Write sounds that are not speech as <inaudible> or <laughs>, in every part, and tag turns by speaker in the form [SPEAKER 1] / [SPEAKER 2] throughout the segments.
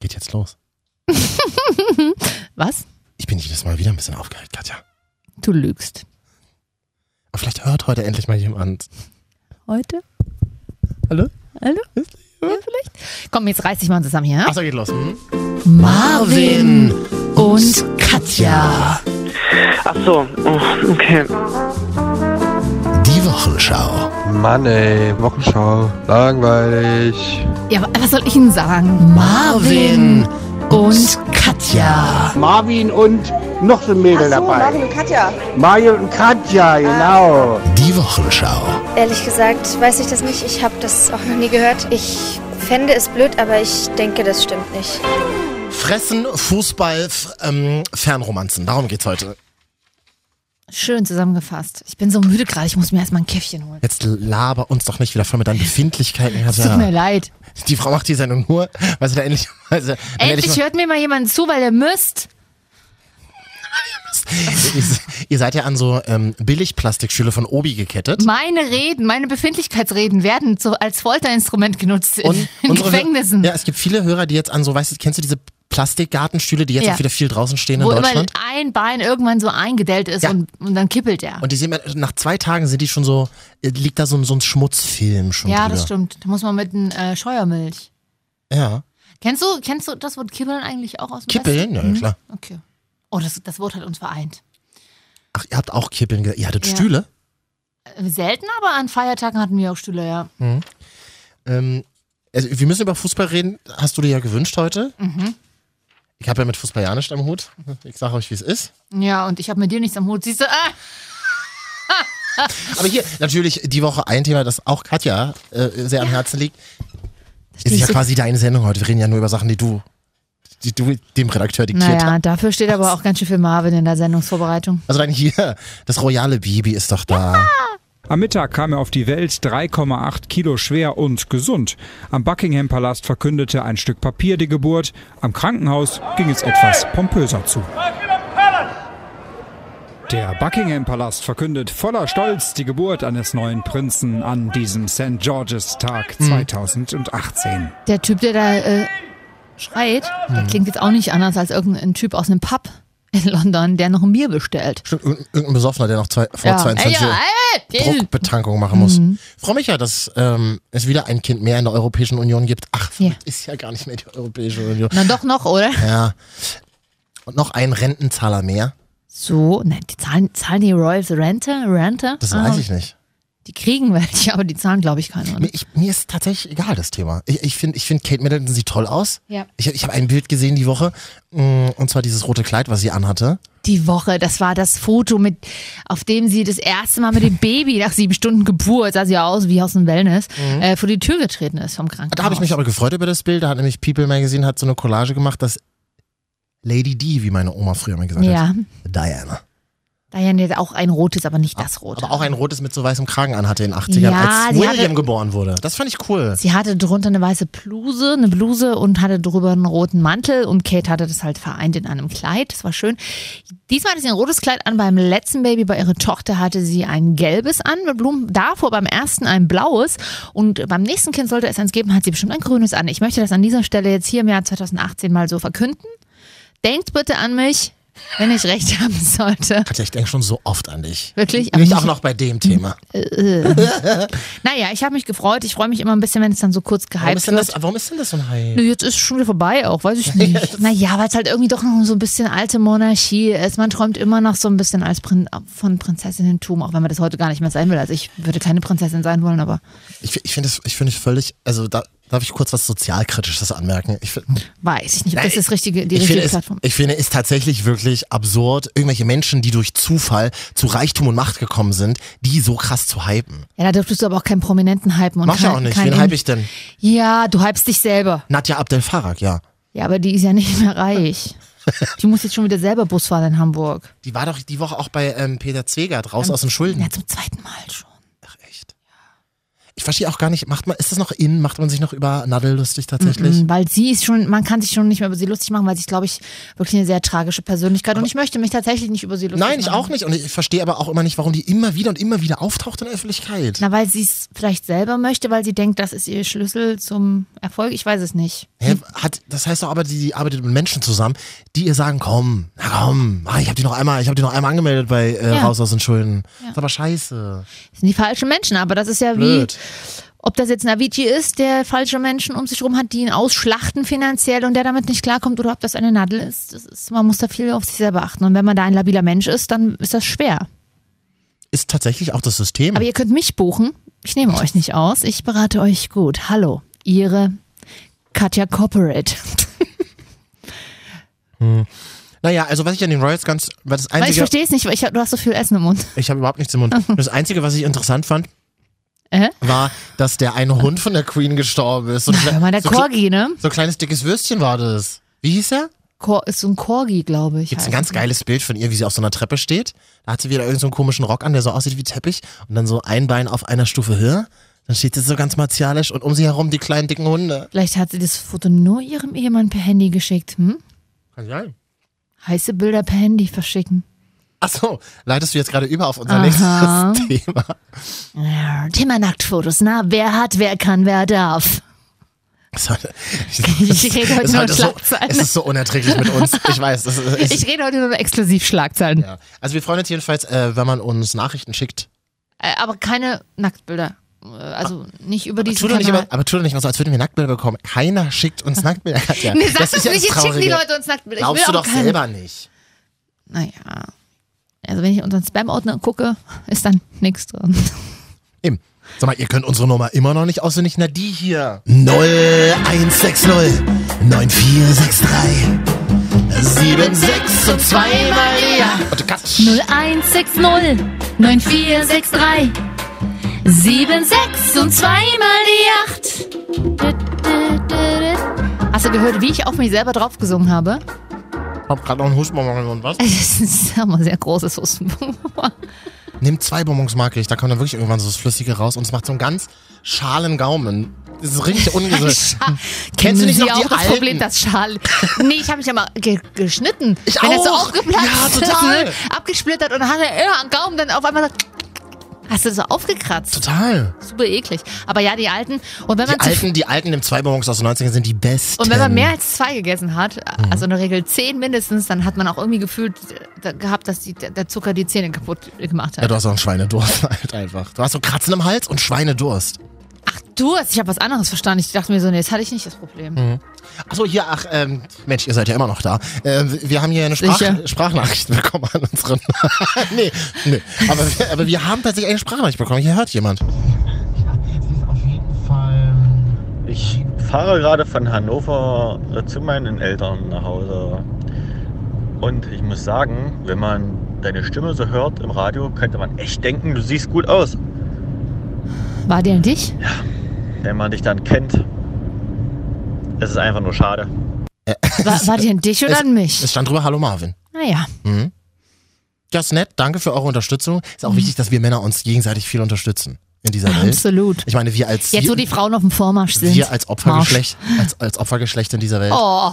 [SPEAKER 1] geht jetzt los.
[SPEAKER 2] Was?
[SPEAKER 1] Ich bin jedes Mal wieder ein bisschen aufgeregt, Katja.
[SPEAKER 2] Du lügst.
[SPEAKER 1] Aber vielleicht hört heute endlich mal jemand.
[SPEAKER 2] Heute?
[SPEAKER 1] Hallo?
[SPEAKER 2] Hallo? Ja, vielleicht? Komm, jetzt reiß dich mal zusammen hier.
[SPEAKER 1] Achso, geht los. Mhm.
[SPEAKER 2] Marvin und Katja.
[SPEAKER 3] Ach Ah, so, oh, okay.
[SPEAKER 1] Die Wochenschau.
[SPEAKER 4] Mann ey, Wochenschau. Langweilig.
[SPEAKER 2] Ja, wa- was soll ich Ihnen sagen? Marvin und Katja.
[SPEAKER 5] Marvin und noch so ein Mädel
[SPEAKER 6] Ach so,
[SPEAKER 5] dabei.
[SPEAKER 6] Marvin und Katja.
[SPEAKER 5] Mario und Katja, genau.
[SPEAKER 1] Die Wochenschau.
[SPEAKER 7] Ehrlich gesagt weiß ich das nicht. Ich habe das auch noch nie gehört. Ich fände es blöd, aber ich denke, das stimmt nicht.
[SPEAKER 1] Fressen, Fußball, f ähm, Fernromanzen. Darum geht's heute.
[SPEAKER 2] Schön zusammengefasst. Ich bin so müde gerade, ich muss mir erstmal ein Käffchen holen.
[SPEAKER 1] Jetzt laber uns doch nicht wieder voll mit deinen Befindlichkeiten,
[SPEAKER 2] Es tut mir
[SPEAKER 1] Katja.
[SPEAKER 2] leid.
[SPEAKER 1] Die Frau macht die Sendung nur, weil sie da endlich, weil sie, wenn
[SPEAKER 2] Endlich
[SPEAKER 1] mal, also,
[SPEAKER 2] hört mir mal jemand zu, weil ihr müsst.
[SPEAKER 1] <laughs> ihr, ihr seid ja an so ähm, Billigplastikstühle von Obi gekettet.
[SPEAKER 2] Meine Reden, meine Befindlichkeitsreden werden zu, als Folterinstrument genutzt in,
[SPEAKER 1] Und
[SPEAKER 2] <laughs> in
[SPEAKER 1] unsere Hör-
[SPEAKER 2] Gefängnissen.
[SPEAKER 1] Ja, es gibt viele Hörer, die jetzt an so, weißt du, kennst du diese Plastikgartenstühle, die jetzt
[SPEAKER 2] Ja.
[SPEAKER 1] auch wieder viel draußen stehen in
[SPEAKER 2] wo immer
[SPEAKER 1] Deutschland?
[SPEAKER 2] ein Bein irgendwann so eingedellt ist
[SPEAKER 1] Ja.
[SPEAKER 2] und, und dann kippelt er.
[SPEAKER 1] Und die sehen, wir- nach zwei Tagen sind die schon so, äh, liegt da so, ein- so ein Schmutzfilm schon
[SPEAKER 2] Ja,
[SPEAKER 1] drüber.
[SPEAKER 2] das stimmt. Da muss man mit einem äh, Scheuermilch.
[SPEAKER 1] Ja.
[SPEAKER 2] Kennst du, kennst du das Wort Kippeln eigentlich auch aus dem
[SPEAKER 1] Kippeln? Ja,
[SPEAKER 2] Westen? Mhm.
[SPEAKER 1] klar.
[SPEAKER 2] Okay. Oh, das, das Wort hat uns vereint.
[SPEAKER 1] Ach, ihr habt auch Kippeln gesagt. Ihr hattet
[SPEAKER 2] Ja.
[SPEAKER 1] Stühle?
[SPEAKER 2] Äh, Selten, aber an Feiertagen hatten wir auch Stühle, ja.
[SPEAKER 1] Ähm, also wir müssen über Fußball reden. Hast du dir ja gewünscht heute.
[SPEAKER 2] Mhm.
[SPEAKER 1] Ich habe ja mit Fußball ja nicht am Hut. Ich sage euch, wie es ist.
[SPEAKER 2] Ja, und ich habe mit dir nichts am Hut. Siehst du, ah,
[SPEAKER 1] Aber hier natürlich die Woche ein Thema, das auch Katja äh, sehr am Herzen liegt. Ist
[SPEAKER 2] ich
[SPEAKER 1] ja
[SPEAKER 2] so-
[SPEAKER 1] quasi deine Sendung heute. Wir reden ja nur über Sachen, die du, die du dem Redakteur diktiert hast.
[SPEAKER 2] Naja, dafür steht aber auch ganz schön viel Marvin in der Sendungsvorbereitung.
[SPEAKER 1] Also dann hier, das royale Baby ist doch da.
[SPEAKER 8] Am Mittag kam er auf die Welt, 3,8 Kilo schwer und gesund. Am Buckingham-Palast verkündete ein Stück Papier die Geburt. Am Krankenhaus ging es etwas pompöser zu. Der Buckingham-Palast verkündet voller Stolz die Geburt eines neuen Prinzen an diesem St. George's Tag 2018.
[SPEAKER 2] Der Typ, der da äh, schreit,
[SPEAKER 1] Hm.
[SPEAKER 2] der klingt jetzt auch nicht anders als irgendein Typ aus einem Pub in London, der noch ein Bier bestellt.
[SPEAKER 1] Stimmt, ir- irgendein Besoffener, der noch zwei, vor
[SPEAKER 2] Ja.
[SPEAKER 1] 22
[SPEAKER 2] Ey,
[SPEAKER 1] Uhr
[SPEAKER 2] ja, ey, Mhm. ey.
[SPEAKER 1] Druckbetankung machen muss. Frau Micha, dass ähm, es wieder ein Kind mehr in der Europäischen Union gibt. Ach,
[SPEAKER 2] Ja.
[SPEAKER 1] ist ja gar nicht mehr die Europäische Union.
[SPEAKER 2] Na doch noch, oder?
[SPEAKER 1] Ja. Und noch ein Rentenzahler mehr.
[SPEAKER 2] So, nein, die zahlen, zahlen die Royals Rente? Rente?
[SPEAKER 1] Das
[SPEAKER 2] Ah,
[SPEAKER 1] weiß ich nicht.
[SPEAKER 2] Die kriegen welche, aber die zahlen, glaube ich, keine.
[SPEAKER 1] Mir,
[SPEAKER 2] oder?
[SPEAKER 1] ich, mir ist tatsächlich egal, das Thema. Ich, ich finde, ich find, Kate Middleton sieht toll aus.
[SPEAKER 2] Ja.
[SPEAKER 1] Ich, ich habe ein Bild gesehen die Woche. mm, Und zwar dieses rote Kleid, was sie anhatte.
[SPEAKER 2] Die Woche, das war das Foto, mit, auf dem sie das erste Mal mit dem Baby nach sieben Stunden Geburt, sah sie ja aus wie aus dem Wellness, äh, vor die Tür getreten ist vom Krankenhaus.
[SPEAKER 1] Mhm. Da habe ich mich aber gefreut über das Bild. Da hat nämlich People Magazine hat so eine Collage gemacht, dass Lady D, wie meine Oma früher mal gesagt hat,
[SPEAKER 2] Ja,
[SPEAKER 1] Diana.
[SPEAKER 2] Diane jetzt auch ein rotes, aber nicht das rote.
[SPEAKER 1] Aber auch ein rotes mit so weißem Kragen anhatte in den 80ern,
[SPEAKER 2] Ja,
[SPEAKER 1] als
[SPEAKER 2] die
[SPEAKER 1] William
[SPEAKER 2] hatte-
[SPEAKER 1] geboren wurde. Das fand ich cool.
[SPEAKER 2] Sie hatte drunter eine weiße Bluse, eine Bluse und hatte drüber einen roten Mantel und Kate hatte das halt vereint in einem Kleid. Das war schön. Diesmal hatte sie ein rotes Kleid an, beim letzten Baby, bei ihrer Tochter hatte sie ein gelbes an mit Blumen, davor beim ersten ein blaues und beim nächsten Kind sollte es eins geben, hat sie bestimmt ein grünes an. Ich möchte das an dieser Stelle jetzt hier im Jahr 2018 mal so verkünden. Denkt bitte an mich, wenn ich recht <laughs> haben sollte.
[SPEAKER 1] Katja, ich denke schon so oft an dich.
[SPEAKER 2] Wirklich?
[SPEAKER 1] Nicht auch noch bei dem Thema.
[SPEAKER 2] Naja, ich habe mich gefreut. Ich freue mich immer ein bisschen, wenn es dann so kurz
[SPEAKER 1] <laughs> Warum
[SPEAKER 2] gehypt
[SPEAKER 1] ist, denn
[SPEAKER 2] wird.
[SPEAKER 1] das, warum ist denn das so ein Hype?
[SPEAKER 2] Nö, jetzt ist schon wieder vorbei auch,
[SPEAKER 1] <laughs>
[SPEAKER 2] weiß ich nicht. naja, weil es halt irgendwie doch noch so ein bisschen alte Monarchie ist. Man träumt immer noch so ein bisschen als Prin von Prinzessinnentum, auch wenn man das heute gar nicht mehr sein will. Also ich würde keine Prinzessin sein wollen, aber
[SPEAKER 1] Ich, ich finde es ich find es völlig, also da darf ich kurz was Sozialkritisches anmerken. Ich, find-
[SPEAKER 2] weiß ich nicht, ob
[SPEAKER 1] Nein,
[SPEAKER 2] das ist richtige, die
[SPEAKER 1] ich,
[SPEAKER 2] richtige
[SPEAKER 1] finde es,
[SPEAKER 2] Plattform.
[SPEAKER 1] ich finde es tatsächlich wirklich absurd, irgendwelche Menschen, die durch Zufall zu Reichtum und Macht gekommen sind, die so krass zu hypen.
[SPEAKER 2] Ja, da dürftest du aber auch keinen Prominenten hypen. Und
[SPEAKER 1] Mach ja
[SPEAKER 2] kein-
[SPEAKER 1] auch nicht.
[SPEAKER 2] kein-
[SPEAKER 1] Wen hype ich denn?
[SPEAKER 2] Ja, du hypst dich selber.
[SPEAKER 1] Nadja Abdel Farag, ja.
[SPEAKER 2] Ja, aber die ist ja nicht mehr reich.
[SPEAKER 1] <laughs>
[SPEAKER 2] Die muss jetzt schon wieder selber Bus fahren in Hamburg.
[SPEAKER 1] Die war doch
[SPEAKER 2] Ähm,
[SPEAKER 1] die Woche auch bei ähm, Peter Zwegert raus aus den Schulden.
[SPEAKER 2] Ja, zum zweiten Mal schon.
[SPEAKER 1] Ach, echt. Ich verstehe auch gar nicht, macht man, ist das noch in? Macht man sich noch über Nadel lustig tatsächlich?
[SPEAKER 2] Mhm, Weil sie ist schon, man kann sich schon nicht mehr über sie lustig machen, weil sie ist, glaube ich, wirklich eine sehr tragische Persönlichkeit. und ich möchte mich tatsächlich nicht über sie lustig
[SPEAKER 1] Nein, ich
[SPEAKER 2] machen.
[SPEAKER 1] auch nicht. Und ich verstehe aber auch immer nicht, warum die immer wieder und immer wieder auftaucht in der Öffentlichkeit.
[SPEAKER 2] Na, weil sie es vielleicht selber möchte, weil sie denkt, das ist ihr Schlüssel zum Erfolg. Ich weiß es nicht.
[SPEAKER 1] Hä, hat, das heißt doch aber, die, die arbeitet mit Menschen zusammen, die ihr sagen, komm, na komm, ah, ich habe die noch einmal, ich habe die noch einmal angemeldet bei äh,
[SPEAKER 2] Ja.
[SPEAKER 1] Raus aus den Schulden. Ist aber scheiße.
[SPEAKER 2] Das sind die falschen Menschen, aber das ist ja
[SPEAKER 1] Blöd.
[SPEAKER 2] wie, ob das jetzt ein Avicii ist, der falsche Menschen um sich rum hat, die ihn ausschlachten finanziell und der damit nicht klarkommt, oder ob das eine Nadel ist. Das ist man muss da viel auf sich selber achten. Und wenn man da ein labiler Mensch ist, dann ist das schwer.
[SPEAKER 1] Ist tatsächlich auch das System.
[SPEAKER 2] Aber ihr könnt mich buchen. Ich nehme euch nicht aus. Ich berate euch gut. Hallo, Ihre Katja Corporate.
[SPEAKER 1] naja, also was ich an den Royals ganz, weil das
[SPEAKER 2] Weil ich
[SPEAKER 1] einzige, ich,
[SPEAKER 2] verstehe es nicht, weil ich, hab- du hast so viel Essen im Mund.
[SPEAKER 1] habe überhaupt nichts im
[SPEAKER 2] <laughs>
[SPEAKER 1] Mund. Das einzige, was ich interessant fand,
[SPEAKER 2] Äh?
[SPEAKER 1] war, dass der eine Hund von der Queen gestorben ist. So, ein kle-
[SPEAKER 2] Mal der
[SPEAKER 1] so, kle-
[SPEAKER 2] Corgi, ne?
[SPEAKER 1] so ein kleines dickes Würstchen war das. Wie hieß er?
[SPEAKER 2] Cor ist so ein Corgi, glaube ich.
[SPEAKER 1] Gibt's ein
[SPEAKER 2] heißt
[SPEAKER 1] ganz
[SPEAKER 2] es.
[SPEAKER 1] geiles Bild von ihr, wie sie auf so einer Treppe steht. Da hat sie wieder irgendeinen so einen komischen Rock an, der so aussieht wie Teppich und dann so ein Bein auf einer Stufe höher. Dann steht sie so ganz martialisch und um sie herum die kleinen dicken Hunde.
[SPEAKER 2] Vielleicht hat sie das Foto nur ihrem Ehemann per Handy geschickt. Hm?
[SPEAKER 1] Kann sein.
[SPEAKER 2] Heiße Bilder per Handy verschicken.
[SPEAKER 1] Achso, leitest du jetzt gerade über auf unser
[SPEAKER 2] Aha.
[SPEAKER 1] nächstes <laughs> Thema.
[SPEAKER 2] Ja, Thema Nacktfotos. Na, wer hat, wer kann,
[SPEAKER 1] <laughs>
[SPEAKER 2] wer darf.
[SPEAKER 1] Es ist heute-
[SPEAKER 2] Ich rede heute
[SPEAKER 1] es ist
[SPEAKER 2] nur
[SPEAKER 1] heute so,
[SPEAKER 2] Schlagzeilen.
[SPEAKER 1] es ist so unerträglich mit uns. Ich weiß. Das ist, ich,
[SPEAKER 2] Ich rede heute nur über Exklusivschlagzeilen.
[SPEAKER 1] ja. Also wir freuen uns jedenfalls, äh, wenn man uns Nachrichten schickt.
[SPEAKER 2] Äh, aber keine Nacktbilder. Äh, Also nicht über
[SPEAKER 1] Tu doch
[SPEAKER 2] diesen Kanal.
[SPEAKER 1] Ah. nicht immer, aber tu doch nicht immer so, als würden wir Nacktbilder bekommen. Keiner schickt uns Nacktbilder. Katja.
[SPEAKER 2] nee, sag das,
[SPEAKER 1] ist ja
[SPEAKER 2] nicht, jetzt
[SPEAKER 1] das
[SPEAKER 2] schicken die
[SPEAKER 1] Traurige.
[SPEAKER 2] Leute um uns Nacktbilder.
[SPEAKER 1] Glaubst
[SPEAKER 2] ich
[SPEAKER 1] du
[SPEAKER 2] will
[SPEAKER 1] doch
[SPEAKER 2] auch keine-
[SPEAKER 1] selber nicht.
[SPEAKER 2] Naja. Also wenn ich in unseren Spam-Ordner gucke, ist dann
[SPEAKER 6] <laughs>
[SPEAKER 2] nichts drin.
[SPEAKER 1] Eben. Sag mal, ihr könnt unsere Nummer immer noch nicht auswendig. Na, die hier. 0160 9463 76 und zweimal ja. Und du kannst.
[SPEAKER 6] 0160 9463 76 und zweimal die 8.
[SPEAKER 2] Hast du gehört, wie ich auf mich selber drauf gesungen habe? <laughs>
[SPEAKER 1] Ich hab grad noch einen Huschbonbon und was?
[SPEAKER 2] Das ist immer ein sehr großes Hustenblumen.
[SPEAKER 1] Nimm zwei Bonbons, mag ich. Da kommt dann wirklich irgendwann so das Flüssige raus und es macht so einen ganz schalen Gaumen. Das ist richtig ungesund. Kennst du nicht
[SPEAKER 2] Also, hm.
[SPEAKER 1] noch
[SPEAKER 2] Sie auch
[SPEAKER 1] die
[SPEAKER 2] das
[SPEAKER 1] alten?
[SPEAKER 2] Problem, dass Schal. Nee, ich habe mich ja mal ge geschnitten.
[SPEAKER 1] Ich
[SPEAKER 2] Wenn das so
[SPEAKER 1] auch.
[SPEAKER 2] aufgeplatzt
[SPEAKER 1] Ja,
[SPEAKER 2] ist,
[SPEAKER 1] total.
[SPEAKER 2] ne? abgesplittert und dann hat er immer am Gaumen dann auf einmal so. Hast du das so aufgekratzt?
[SPEAKER 1] Total.
[SPEAKER 2] Super eklig. Aber ja, die alten. Und wenn man
[SPEAKER 1] Die
[SPEAKER 2] zu
[SPEAKER 1] alten, die alten nimm zwei Bonbons aus den 90ern sind die besten.
[SPEAKER 2] Und wenn man mehr als zwei gegessen hat,
[SPEAKER 1] Mhm.
[SPEAKER 2] also in der Regel zehn mindestens, dann hat man auch irgendwie gefühlt äh, da- gehabt, dass die, der Zucker die Zähne kaputt gemacht
[SPEAKER 1] Ja,
[SPEAKER 2] hat.
[SPEAKER 1] du hast auch einen Schweinedurst <laughs> halt einfach. Du hast so Kratzen im Hals und Schweinedurst.
[SPEAKER 2] Ach du, hast- ich habe was anderes verstanden. Ich dachte mir so, nee, jetzt hatte ich nicht das Problem.
[SPEAKER 1] Mhm. Achso, hier, ach, ähm, Mensch, ihr seid ja immer noch da. Äh, wir haben hier eine Sprach
[SPEAKER 2] Sicher.
[SPEAKER 1] Sprachnachricht bekommen an unseren. <laughs> nee, nee. Aber wir, aber wir haben tatsächlich eine Sprachnachricht bekommen. Hier hört jemand.
[SPEAKER 9] Ich fahre gerade von Hannover äh, zu meinen Eltern nach Hause. Und ich muss sagen, wenn man deine Stimme so hört im Radio, könnte man echt denken, du siehst gut aus,
[SPEAKER 2] War
[SPEAKER 1] <laughs>
[SPEAKER 2] der dich?
[SPEAKER 9] wenn man dich dann kennt. Es ist einfach nur schade.
[SPEAKER 2] War, war der an dich oder an
[SPEAKER 1] Es
[SPEAKER 2] mich?
[SPEAKER 1] stand drüber, hallo Marvin.
[SPEAKER 2] Naja,
[SPEAKER 1] Das ist nett, danke für eure Unterstützung. Ist auch wichtig, dass wir Männer uns gegenseitig viel unterstützen in dieser Welt.
[SPEAKER 2] absolut.
[SPEAKER 1] Ich meine, wir als
[SPEAKER 2] Jetzt, wo
[SPEAKER 1] wir,
[SPEAKER 2] die Frauen auf dem Vormarsch sind.
[SPEAKER 1] wir als Opfergeschlecht, als, als Opfergeschlecht in dieser Welt.
[SPEAKER 2] Oh.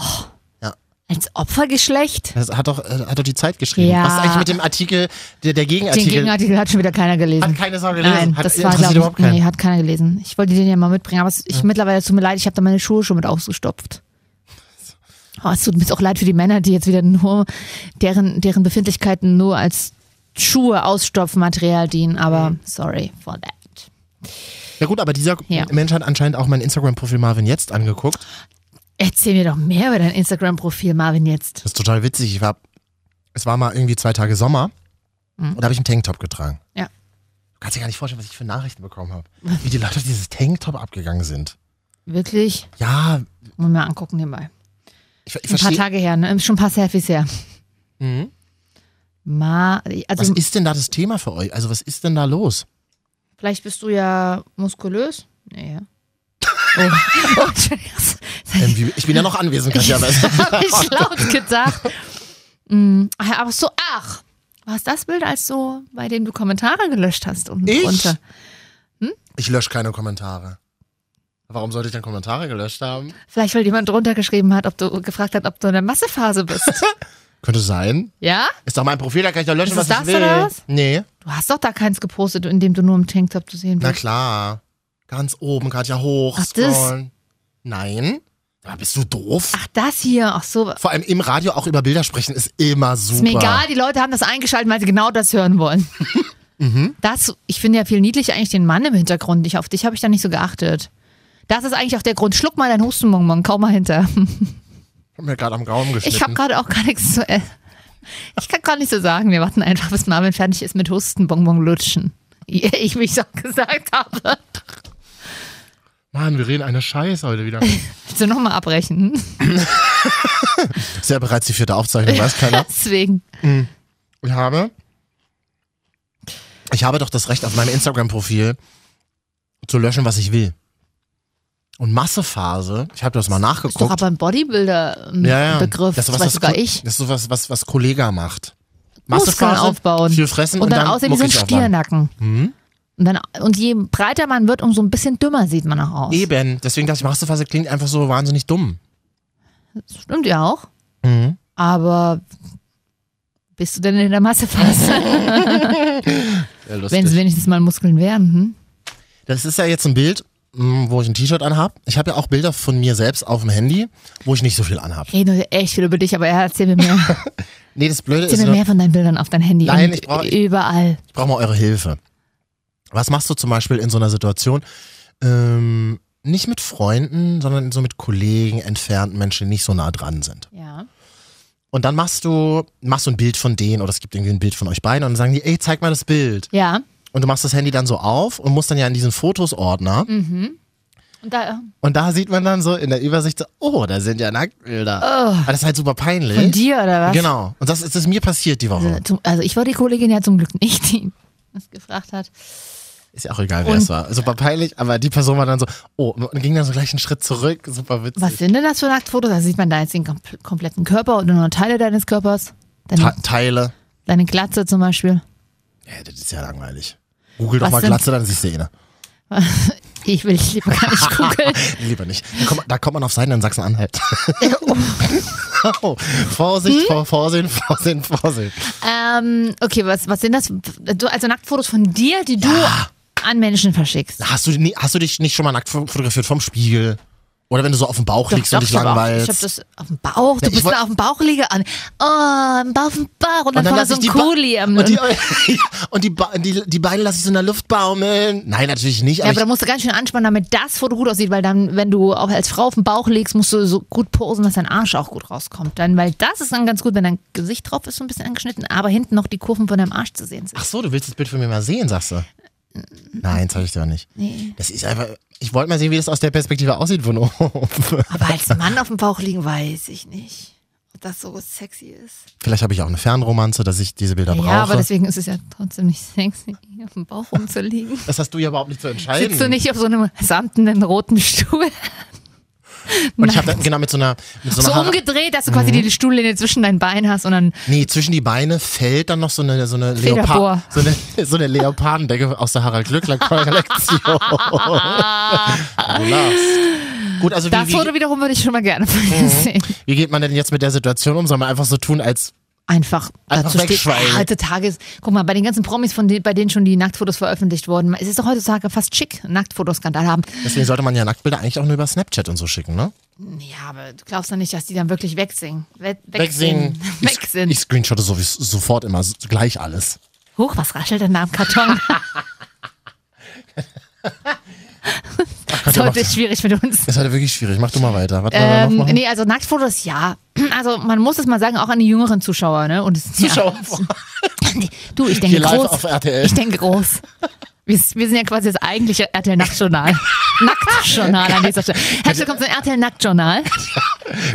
[SPEAKER 1] Ja.
[SPEAKER 2] Als Opfergeschlecht?
[SPEAKER 1] Das hat doch, äh, hat doch die Zeit geschrieben.
[SPEAKER 2] Ja.
[SPEAKER 1] Was ist eigentlich mit dem Artikel, der, der
[SPEAKER 2] Den
[SPEAKER 1] Gegenartikel?
[SPEAKER 2] Gegenartikel hat schon wieder keiner gelesen.
[SPEAKER 1] hat keine Sau gelesen.
[SPEAKER 2] Nein,
[SPEAKER 1] hat,
[SPEAKER 2] das war,
[SPEAKER 1] interessiert
[SPEAKER 2] glaube
[SPEAKER 1] überhaupt
[SPEAKER 2] ich, nee,
[SPEAKER 1] keinen.
[SPEAKER 2] hat keiner gelesen. Ich wollte den ja mal mitbringen, aber es- ich mittlerweile, es tut mir leid, ich habe da meine Schuhe schon mit ausgestopft. Oh, es tut mir jetzt auch leid für die Männer, die jetzt wieder nur, deren, deren Befindlichkeiten nur als Schuhe, Ausstopfmaterial dienen,
[SPEAKER 1] Mhm.
[SPEAKER 2] aber sorry for that.
[SPEAKER 1] Ja gut, aber dieser
[SPEAKER 2] Ja.
[SPEAKER 1] Mensch hat anscheinend auch mein Instagram-Profil Marvin jetzt angeguckt.
[SPEAKER 2] Erzähl mir doch mehr über dein Instagram-Profil, Marvin, jetzt.
[SPEAKER 1] Das ist total witzig. Ich war, es war mal irgendwie zwei Tage Sommer und da habe ich einen Tanktop getragen.
[SPEAKER 2] Mhm. Ja.
[SPEAKER 1] Du kannst dir gar nicht vorstellen, was ich für Nachrichten bekommen habe. Wie die Leute auf dieses Tanktop abgegangen sind.
[SPEAKER 2] Wirklich?
[SPEAKER 1] Ja,
[SPEAKER 2] Muss mir angucken nebenbei.
[SPEAKER 1] ich, ich
[SPEAKER 2] Ein paar
[SPEAKER 1] verstehe.
[SPEAKER 2] Tage her, ne? Schon ein paar Selfies her.
[SPEAKER 1] Mhm.
[SPEAKER 2] Ma
[SPEAKER 1] Was
[SPEAKER 2] also
[SPEAKER 1] ist denn da das Thema für euch? Also was ist denn da los?
[SPEAKER 2] vielleicht bist du ja muskulös.
[SPEAKER 1] <laughs>
[SPEAKER 2] Nee, ja. Oh. oh, Entschuldigung.
[SPEAKER 1] Ähm, wie- ich bin ja noch anwesend, Katja. aber-
[SPEAKER 2] Habe ich laut gedacht. Mm, ach, aber so, ach, war es das Bild, als du bei dem du Kommentare gelöscht hast unten
[SPEAKER 1] Ich?
[SPEAKER 2] drunter? Hm?
[SPEAKER 1] Ich lösche keine Kommentare. Warum sollte ich denn Kommentare gelöscht haben?
[SPEAKER 2] Vielleicht, weil jemand drunter geschrieben hat, ob du gefragt hat, ob du in der
[SPEAKER 1] <laughs>
[SPEAKER 2] Massephase bist.
[SPEAKER 1] Könnte sein.
[SPEAKER 2] ja?
[SPEAKER 1] Ist doch mein Profil, da kann ich doch löschen,
[SPEAKER 2] Ist es
[SPEAKER 1] was ich
[SPEAKER 2] das
[SPEAKER 1] will.
[SPEAKER 2] oder was?
[SPEAKER 1] Nee.
[SPEAKER 2] Du hast doch da keins gepostet, in dem du nur im Tanktop zu sehen
[SPEAKER 1] Na
[SPEAKER 2] bist.
[SPEAKER 1] klar. Ganz oben kann ich ja hoch
[SPEAKER 2] Mhm. Ach, das?
[SPEAKER 1] scrollen. Nein. Aber bist du doof?
[SPEAKER 2] Ach, das hier. Ach so.
[SPEAKER 1] Vor allem im Radio auch über Bilder sprechen ist immer super.
[SPEAKER 2] Ist mir egal, die Leute haben das eingeschaltet, weil sie genau das hören <laughs> wollen. Das, ich finde ja viel niedlicher eigentlich den Mann im Hintergrund. Ich, auf dich habe ich da nicht so geachtet. Das ist eigentlich auch der Grund. Schluck mal dein Hustenbonbon, kau mal hinter.
[SPEAKER 1] Ich hab mir gerade am Gaumen geschnitten.
[SPEAKER 2] Ich habe gerade auch gar nichts zu essen. Ich kann gar nicht so sagen. Wir warten einfach, bis Marvin fertig ist mit Hustenbonbon lutschen. Wie ich mich so gesagt habe.
[SPEAKER 1] Mann, wir reden eine Scheiße heute
[SPEAKER 2] <laughs>
[SPEAKER 1] wieder.
[SPEAKER 2] Willst du nochmal abbrechen?
[SPEAKER 1] ist ja bereits die vierte Aufzeichnung, weiß keiner.
[SPEAKER 2] Deswegen.
[SPEAKER 1] Ich habe. Ich habe doch das Recht, auf meinem Instagram-Profil zu löschen, was ich will. Und Massephase, ich habe das mal
[SPEAKER 2] Ist doch
[SPEAKER 1] nachgeguckt.
[SPEAKER 2] aber ein Bodybuilder-Begriff. Das,
[SPEAKER 1] ist sowas,
[SPEAKER 2] weiß sogar
[SPEAKER 1] Ko-
[SPEAKER 2] ich.
[SPEAKER 1] Das ist sowas, was, was Kollega macht.
[SPEAKER 2] Muskeln aufbauen.
[SPEAKER 1] Viel fressen
[SPEAKER 2] Und dann, aussehen wie so ein
[SPEAKER 1] Muckis aufbauen.
[SPEAKER 2] Stiernacken.
[SPEAKER 1] Hm?
[SPEAKER 2] Und, dann, und je breiter man wird, umso ein bisschen dümmer sieht man auch aus.
[SPEAKER 1] Eben, deswegen dachte ich, Massephase klingt einfach so wahnsinnig dumm.
[SPEAKER 2] Das stimmt ja auch.
[SPEAKER 1] Mhm.
[SPEAKER 2] Aber bist du denn in
[SPEAKER 1] <laughs>
[SPEAKER 2] der Massephase?
[SPEAKER 1] Ja,
[SPEAKER 2] Wenn es wenigstens mal Muskeln wären. Hm?
[SPEAKER 1] Das ist ja jetzt ein Bild, mh, wo ich ein T-Shirt anhab. Ich habe ja auch Bilder von mir selbst auf dem Handy, wo ich nicht so viel anhab.
[SPEAKER 2] Reden wir echt viel über dich, aber erzähl mir
[SPEAKER 1] <laughs>
[SPEAKER 2] mehr.
[SPEAKER 1] Nee, das Blöde ist,
[SPEAKER 2] Erzähl mir
[SPEAKER 1] nur,
[SPEAKER 2] mehr von deinen Bildern auf dein Handy.
[SPEAKER 1] Also- Nein,
[SPEAKER 2] und
[SPEAKER 1] ich brauch-
[SPEAKER 2] Überall.
[SPEAKER 1] ich brauche mal eure Hilfe. Was machst du zum Beispiel in so einer Situation? Ähm, nicht mit Freunden, sondern so mit Kollegen, entfernten Menschen, die nicht so nah dran sind.
[SPEAKER 2] Ja.
[SPEAKER 1] Und dann machst du, machst du ein Bild von denen oder es gibt irgendwie ein Bild von euch beiden und dann sagen die, ey, zeig mal das Bild.
[SPEAKER 2] Ja.
[SPEAKER 1] Und du machst das Handy dann so auf und musst dann ja in diesen Fotos-Ordner.
[SPEAKER 2] Mhm. Und da, äh,
[SPEAKER 1] Und da sieht man dann so in der Übersicht so, oh, da sind ja Nacktbilder. Aber das ist halt super peinlich.
[SPEAKER 2] Oh, von dir oder was?
[SPEAKER 1] Genau. Und das ist es mir passiert die
[SPEAKER 2] Also,
[SPEAKER 1] Woche.
[SPEAKER 2] zum, also ich war die Kollegin ja zum Glück nicht, die das gefragt hat.
[SPEAKER 1] Ist ja auch egal, wer
[SPEAKER 2] Und-
[SPEAKER 1] es war. Super peinlich, aber die Person war dann so, oh, und ging dann so gleich einen Schritt zurück. Super witzig.
[SPEAKER 2] Was sind denn das für Nacktfotos? Da sieht man da jetzt den kom kompletten Körper oder nur Teile deines Körpers.
[SPEAKER 1] Ta
[SPEAKER 2] Deine,
[SPEAKER 1] Teile.
[SPEAKER 2] deine Glatze zum Beispiel.
[SPEAKER 1] Ja, das ist ja langweilig. Google
[SPEAKER 2] Was
[SPEAKER 1] doch mal
[SPEAKER 2] sind-
[SPEAKER 1] Glatze, dann siehst du eh. ne?
[SPEAKER 2] Ich will lieber gar nicht
[SPEAKER 1] <laughs>
[SPEAKER 2] googeln.
[SPEAKER 1] Lieber nicht. Da kommt, da kommt man auf Seiten in
[SPEAKER 2] <laughs>
[SPEAKER 1] Sachsen-Anhalt. oh, Vorsicht,
[SPEAKER 2] Hm?
[SPEAKER 1] vor, Vorsehen, Vorsehen, Vorsehen.
[SPEAKER 2] ähm, okay, was, was sind das? Du- Also Nacktfotos von dir, die
[SPEAKER 1] Ja.
[SPEAKER 2] du an Menschen verschickst.
[SPEAKER 1] Hast du, nie- hast du dich nicht schon mal nackt fo- fotografiert vom Spiegel? Oder wenn du so auf dem Bauch liegst und dich
[SPEAKER 2] ich hab auch- ich
[SPEAKER 1] langweilst?
[SPEAKER 2] hab das auf dem Bauch. Du
[SPEAKER 1] Ja, ich
[SPEAKER 2] bist
[SPEAKER 1] wollt-
[SPEAKER 2] da auf dem Bauch liege an. Oh, im Bauch, auf dem Bauch. Und dann, kommt da
[SPEAKER 1] lass
[SPEAKER 2] so
[SPEAKER 1] ich
[SPEAKER 2] ein
[SPEAKER 1] Ba-
[SPEAKER 2] Kuli am.
[SPEAKER 1] und die, <laughs> und die, Ba- die, die Beine lasse ich so in der Luft baumeln. Nein, natürlich nicht.
[SPEAKER 2] ja,
[SPEAKER 1] Aber
[SPEAKER 2] aber da musst du ganz schön anspannen, damit das Foto gut aussieht, weil dann, wenn du auch als Frau auf dem Bauch legst, musst du so gut posen, dass dein Arsch auch gut rauskommt. Dann, weil das ist dann ganz gut, wenn dein Gesicht drauf ist, so ein bisschen angeschnitten, aber hinten noch die Kurven von deinem Arsch zu sehen sind.
[SPEAKER 1] Ach so, du willst das Bild von mir mal sehen, sagst du? Nein, zeig ich dir nicht.
[SPEAKER 2] Nee.
[SPEAKER 1] Das ist einfach. Ich wollte mal sehen, wie das aus der Perspektive aussieht von oben. <laughs>
[SPEAKER 2] Aber als Mann auf dem Bauch liegen, weiß ich nicht, ob das so sexy ist.
[SPEAKER 1] Vielleicht habe ich auch eine Fernromanze, dass ich diese Bilder brauche.
[SPEAKER 2] Ja, aber deswegen ist es ja trotzdem nicht sexy, auf dem Bauch rumzuliegen.
[SPEAKER 1] das hast du ja überhaupt nicht zu entscheiden.
[SPEAKER 2] Sitzt du nicht auf so einem samtenen roten Stuhl?
[SPEAKER 1] Und ich habe
[SPEAKER 2] Nein.
[SPEAKER 1] dann genau mit so einer, mit so
[SPEAKER 2] so
[SPEAKER 1] einer Haare- Mhm.
[SPEAKER 2] umgedreht, dass du quasi die Stuhllehne zwischen deinen Beinen hast und dann
[SPEAKER 1] Nee, zwischen die Beine fällt dann noch so eine, so eine,
[SPEAKER 2] Federbohr.
[SPEAKER 1] Leopard, so eine, so eine Leopardendecke aus der Harald Glückler-Kollektion.
[SPEAKER 2] <laughs>
[SPEAKER 1] du lachst. Gut, also wie, Mhm.
[SPEAKER 2] Das Foto
[SPEAKER 1] wie,
[SPEAKER 2] wiederum würde ich schon mal gerne von dir sehen.
[SPEAKER 1] wie geht man denn jetzt mit der Situation um? Soll man einfach so tun, als
[SPEAKER 2] Einfach
[SPEAKER 1] Einfach
[SPEAKER 2] dazu steht,
[SPEAKER 1] wegschweigen.
[SPEAKER 2] heutzutage ist, guck mal, bei den ganzen Promis, von denen, bei denen schon die Nacktfotos veröffentlicht wurden, es ist doch heutzutage fast schick, einen Nacktfotoskandal haben.
[SPEAKER 1] deswegen sollte man ja Nacktbilder eigentlich auch nur über Snapchat und so schicken, ne?
[SPEAKER 2] Ja, aber du glaubst doch nicht, dass die dann wirklich wegsingen. We
[SPEAKER 1] Wegsingen.
[SPEAKER 2] <laughs> Weg sind.
[SPEAKER 1] Ich screenshotte sowieso sofort immer so- gleich alles.
[SPEAKER 2] Huch, was raschelt denn da im
[SPEAKER 1] <laughs>
[SPEAKER 2] Karton? das ist heute schwierig mit uns.
[SPEAKER 1] Ist halt wirklich schwierig. Mach du mal weiter. Was wollen wir
[SPEAKER 2] Ähm,
[SPEAKER 1] noch machen?
[SPEAKER 2] nee, also Nacktfotos, ja. Also man muss es mal sagen, auch an die jüngeren Zuschauer, ne? Und es,
[SPEAKER 1] Zuschauer.
[SPEAKER 2] Ja. Du, ich denke
[SPEAKER 1] Hier live
[SPEAKER 2] groß.
[SPEAKER 1] auf RTL.
[SPEAKER 2] Ich denke groß. Wir, wir sind ja quasi das eigentliche
[SPEAKER 1] <laughs>
[SPEAKER 2] RTL Nacktjournal. Nacktjournal an dieser Stelle. Herzlich willkommen zum RTL Nacktjournal.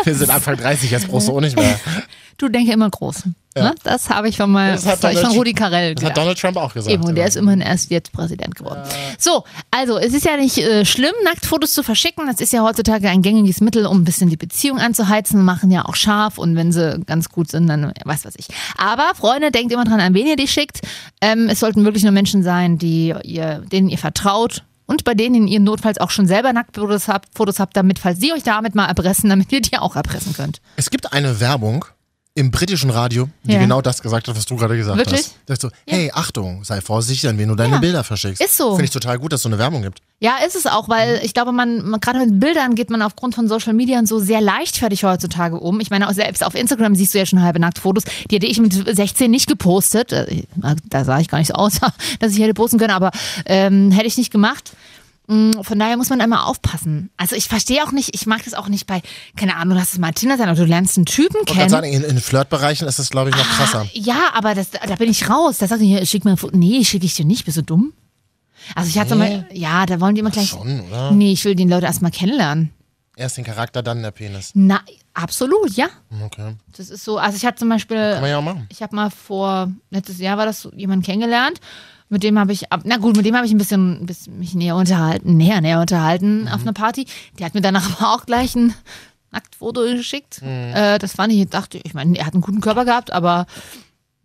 [SPEAKER 1] Wir sind Anfang 30, jetzt brauchst du auch nicht mehr.
[SPEAKER 2] Du denke immer groß. Ne? Das habe ich von mal,
[SPEAKER 1] Das
[SPEAKER 2] das
[SPEAKER 1] hat
[SPEAKER 2] habe ich
[SPEAKER 1] Donald
[SPEAKER 2] von
[SPEAKER 1] Tr-
[SPEAKER 2] Rudi Carell
[SPEAKER 1] Das hat
[SPEAKER 2] gelernt.
[SPEAKER 1] Donald Trump auch gesagt.
[SPEAKER 2] Eben, und der ist immerhin erst jetzt Präsident geworden. So, also es ist ja nicht äh, schlimm, Nacktfotos zu verschicken. Das ist ja heutzutage ein gängiges Mittel, um ein bisschen die Beziehung anzuheizen. Machen ja auch scharf und wenn sie ganz gut sind, dann weiß was ich. Aber Freunde, denkt immer dran, an wen ihr die schickt. Ähm, es sollten wirklich nur Menschen sein, die ihr, denen ihr vertraut. und bei denen ihr notfalls auch schon selber Nacktfotos habt, Fotos habt, damit, falls sie euch damit mal erpressen, <laughs> damit wir die auch erpressen könnt.
[SPEAKER 1] Es gibt eine Werbung im britischen Radio, die
[SPEAKER 2] Ja.
[SPEAKER 1] genau das gesagt hat, was du gerade gesagt
[SPEAKER 2] Wirklich?
[SPEAKER 1] hast. Wirklich? So, hey, Achtung, sei vorsichtig, an wen du deine
[SPEAKER 2] Ja.
[SPEAKER 1] Bilder verschickst.
[SPEAKER 2] Ist so.
[SPEAKER 1] Finde ich total gut, dass es so eine Werbung gibt.
[SPEAKER 2] Ja, ist es auch,
[SPEAKER 1] Mhm.
[SPEAKER 2] weil ich glaube, man, man gerade mit Bildern geht man aufgrund von Social Media und so sehr leichtfertig heutzutage um. Ich meine, auch selbst auf Instagram siehst du ja schon halbe Nacktfotos. Die hätte ich mit 16 nicht gepostet. Äh, Da sah ich gar nicht so aus, <laughs> dass ich hätte posten können, aber ähm, hätte ich nicht gemacht. Mm, Von daher muss man einmal aufpassen. Also ich verstehe auch nicht, ich mag das auch nicht bei, keine Ahnung, lass es mal Tinder sein oder du lernst einen Typen
[SPEAKER 1] Und dann
[SPEAKER 2] kennen.
[SPEAKER 1] sagen, in, in Flirtbereichen ist es, glaube ich, noch
[SPEAKER 2] Ah.
[SPEAKER 1] krasser.
[SPEAKER 2] Ja, aber das, da bin ich raus. Da sagt ich, schick mir ein Foto. Nee, schicke ich dir nicht. Bist du dumm? Also ich hatte mal, ja, da wollen die immer gleich.
[SPEAKER 1] Schon, oder?
[SPEAKER 2] Nee, ich will den Leute erstmal kennenlernen.
[SPEAKER 1] Erst den Charakter, dann der Penis. Hm,
[SPEAKER 2] Na, absolut, ja.
[SPEAKER 1] Okay.
[SPEAKER 2] Das ist so, also ich hatte zum
[SPEAKER 1] Kann man
[SPEAKER 2] Beispiel,
[SPEAKER 1] ja auch machen.
[SPEAKER 2] ich habe mal vor, letztes Jahr war das so, jemanden kennengelernt. Mit dem habe ich, ab- na gut, mit dem habe ich ein bisschen, bisschen mich näher unterhalten, näher, näher unterhalten
[SPEAKER 1] Mhm.
[SPEAKER 2] auf einer Party. Der hat mir danach <laughs> aber auch gleich ein Nacktfoto geschickt.
[SPEAKER 1] Mhm.
[SPEAKER 2] Äh, das fand ich, dachte, ich meine, er hat einen guten Körper gehabt, aber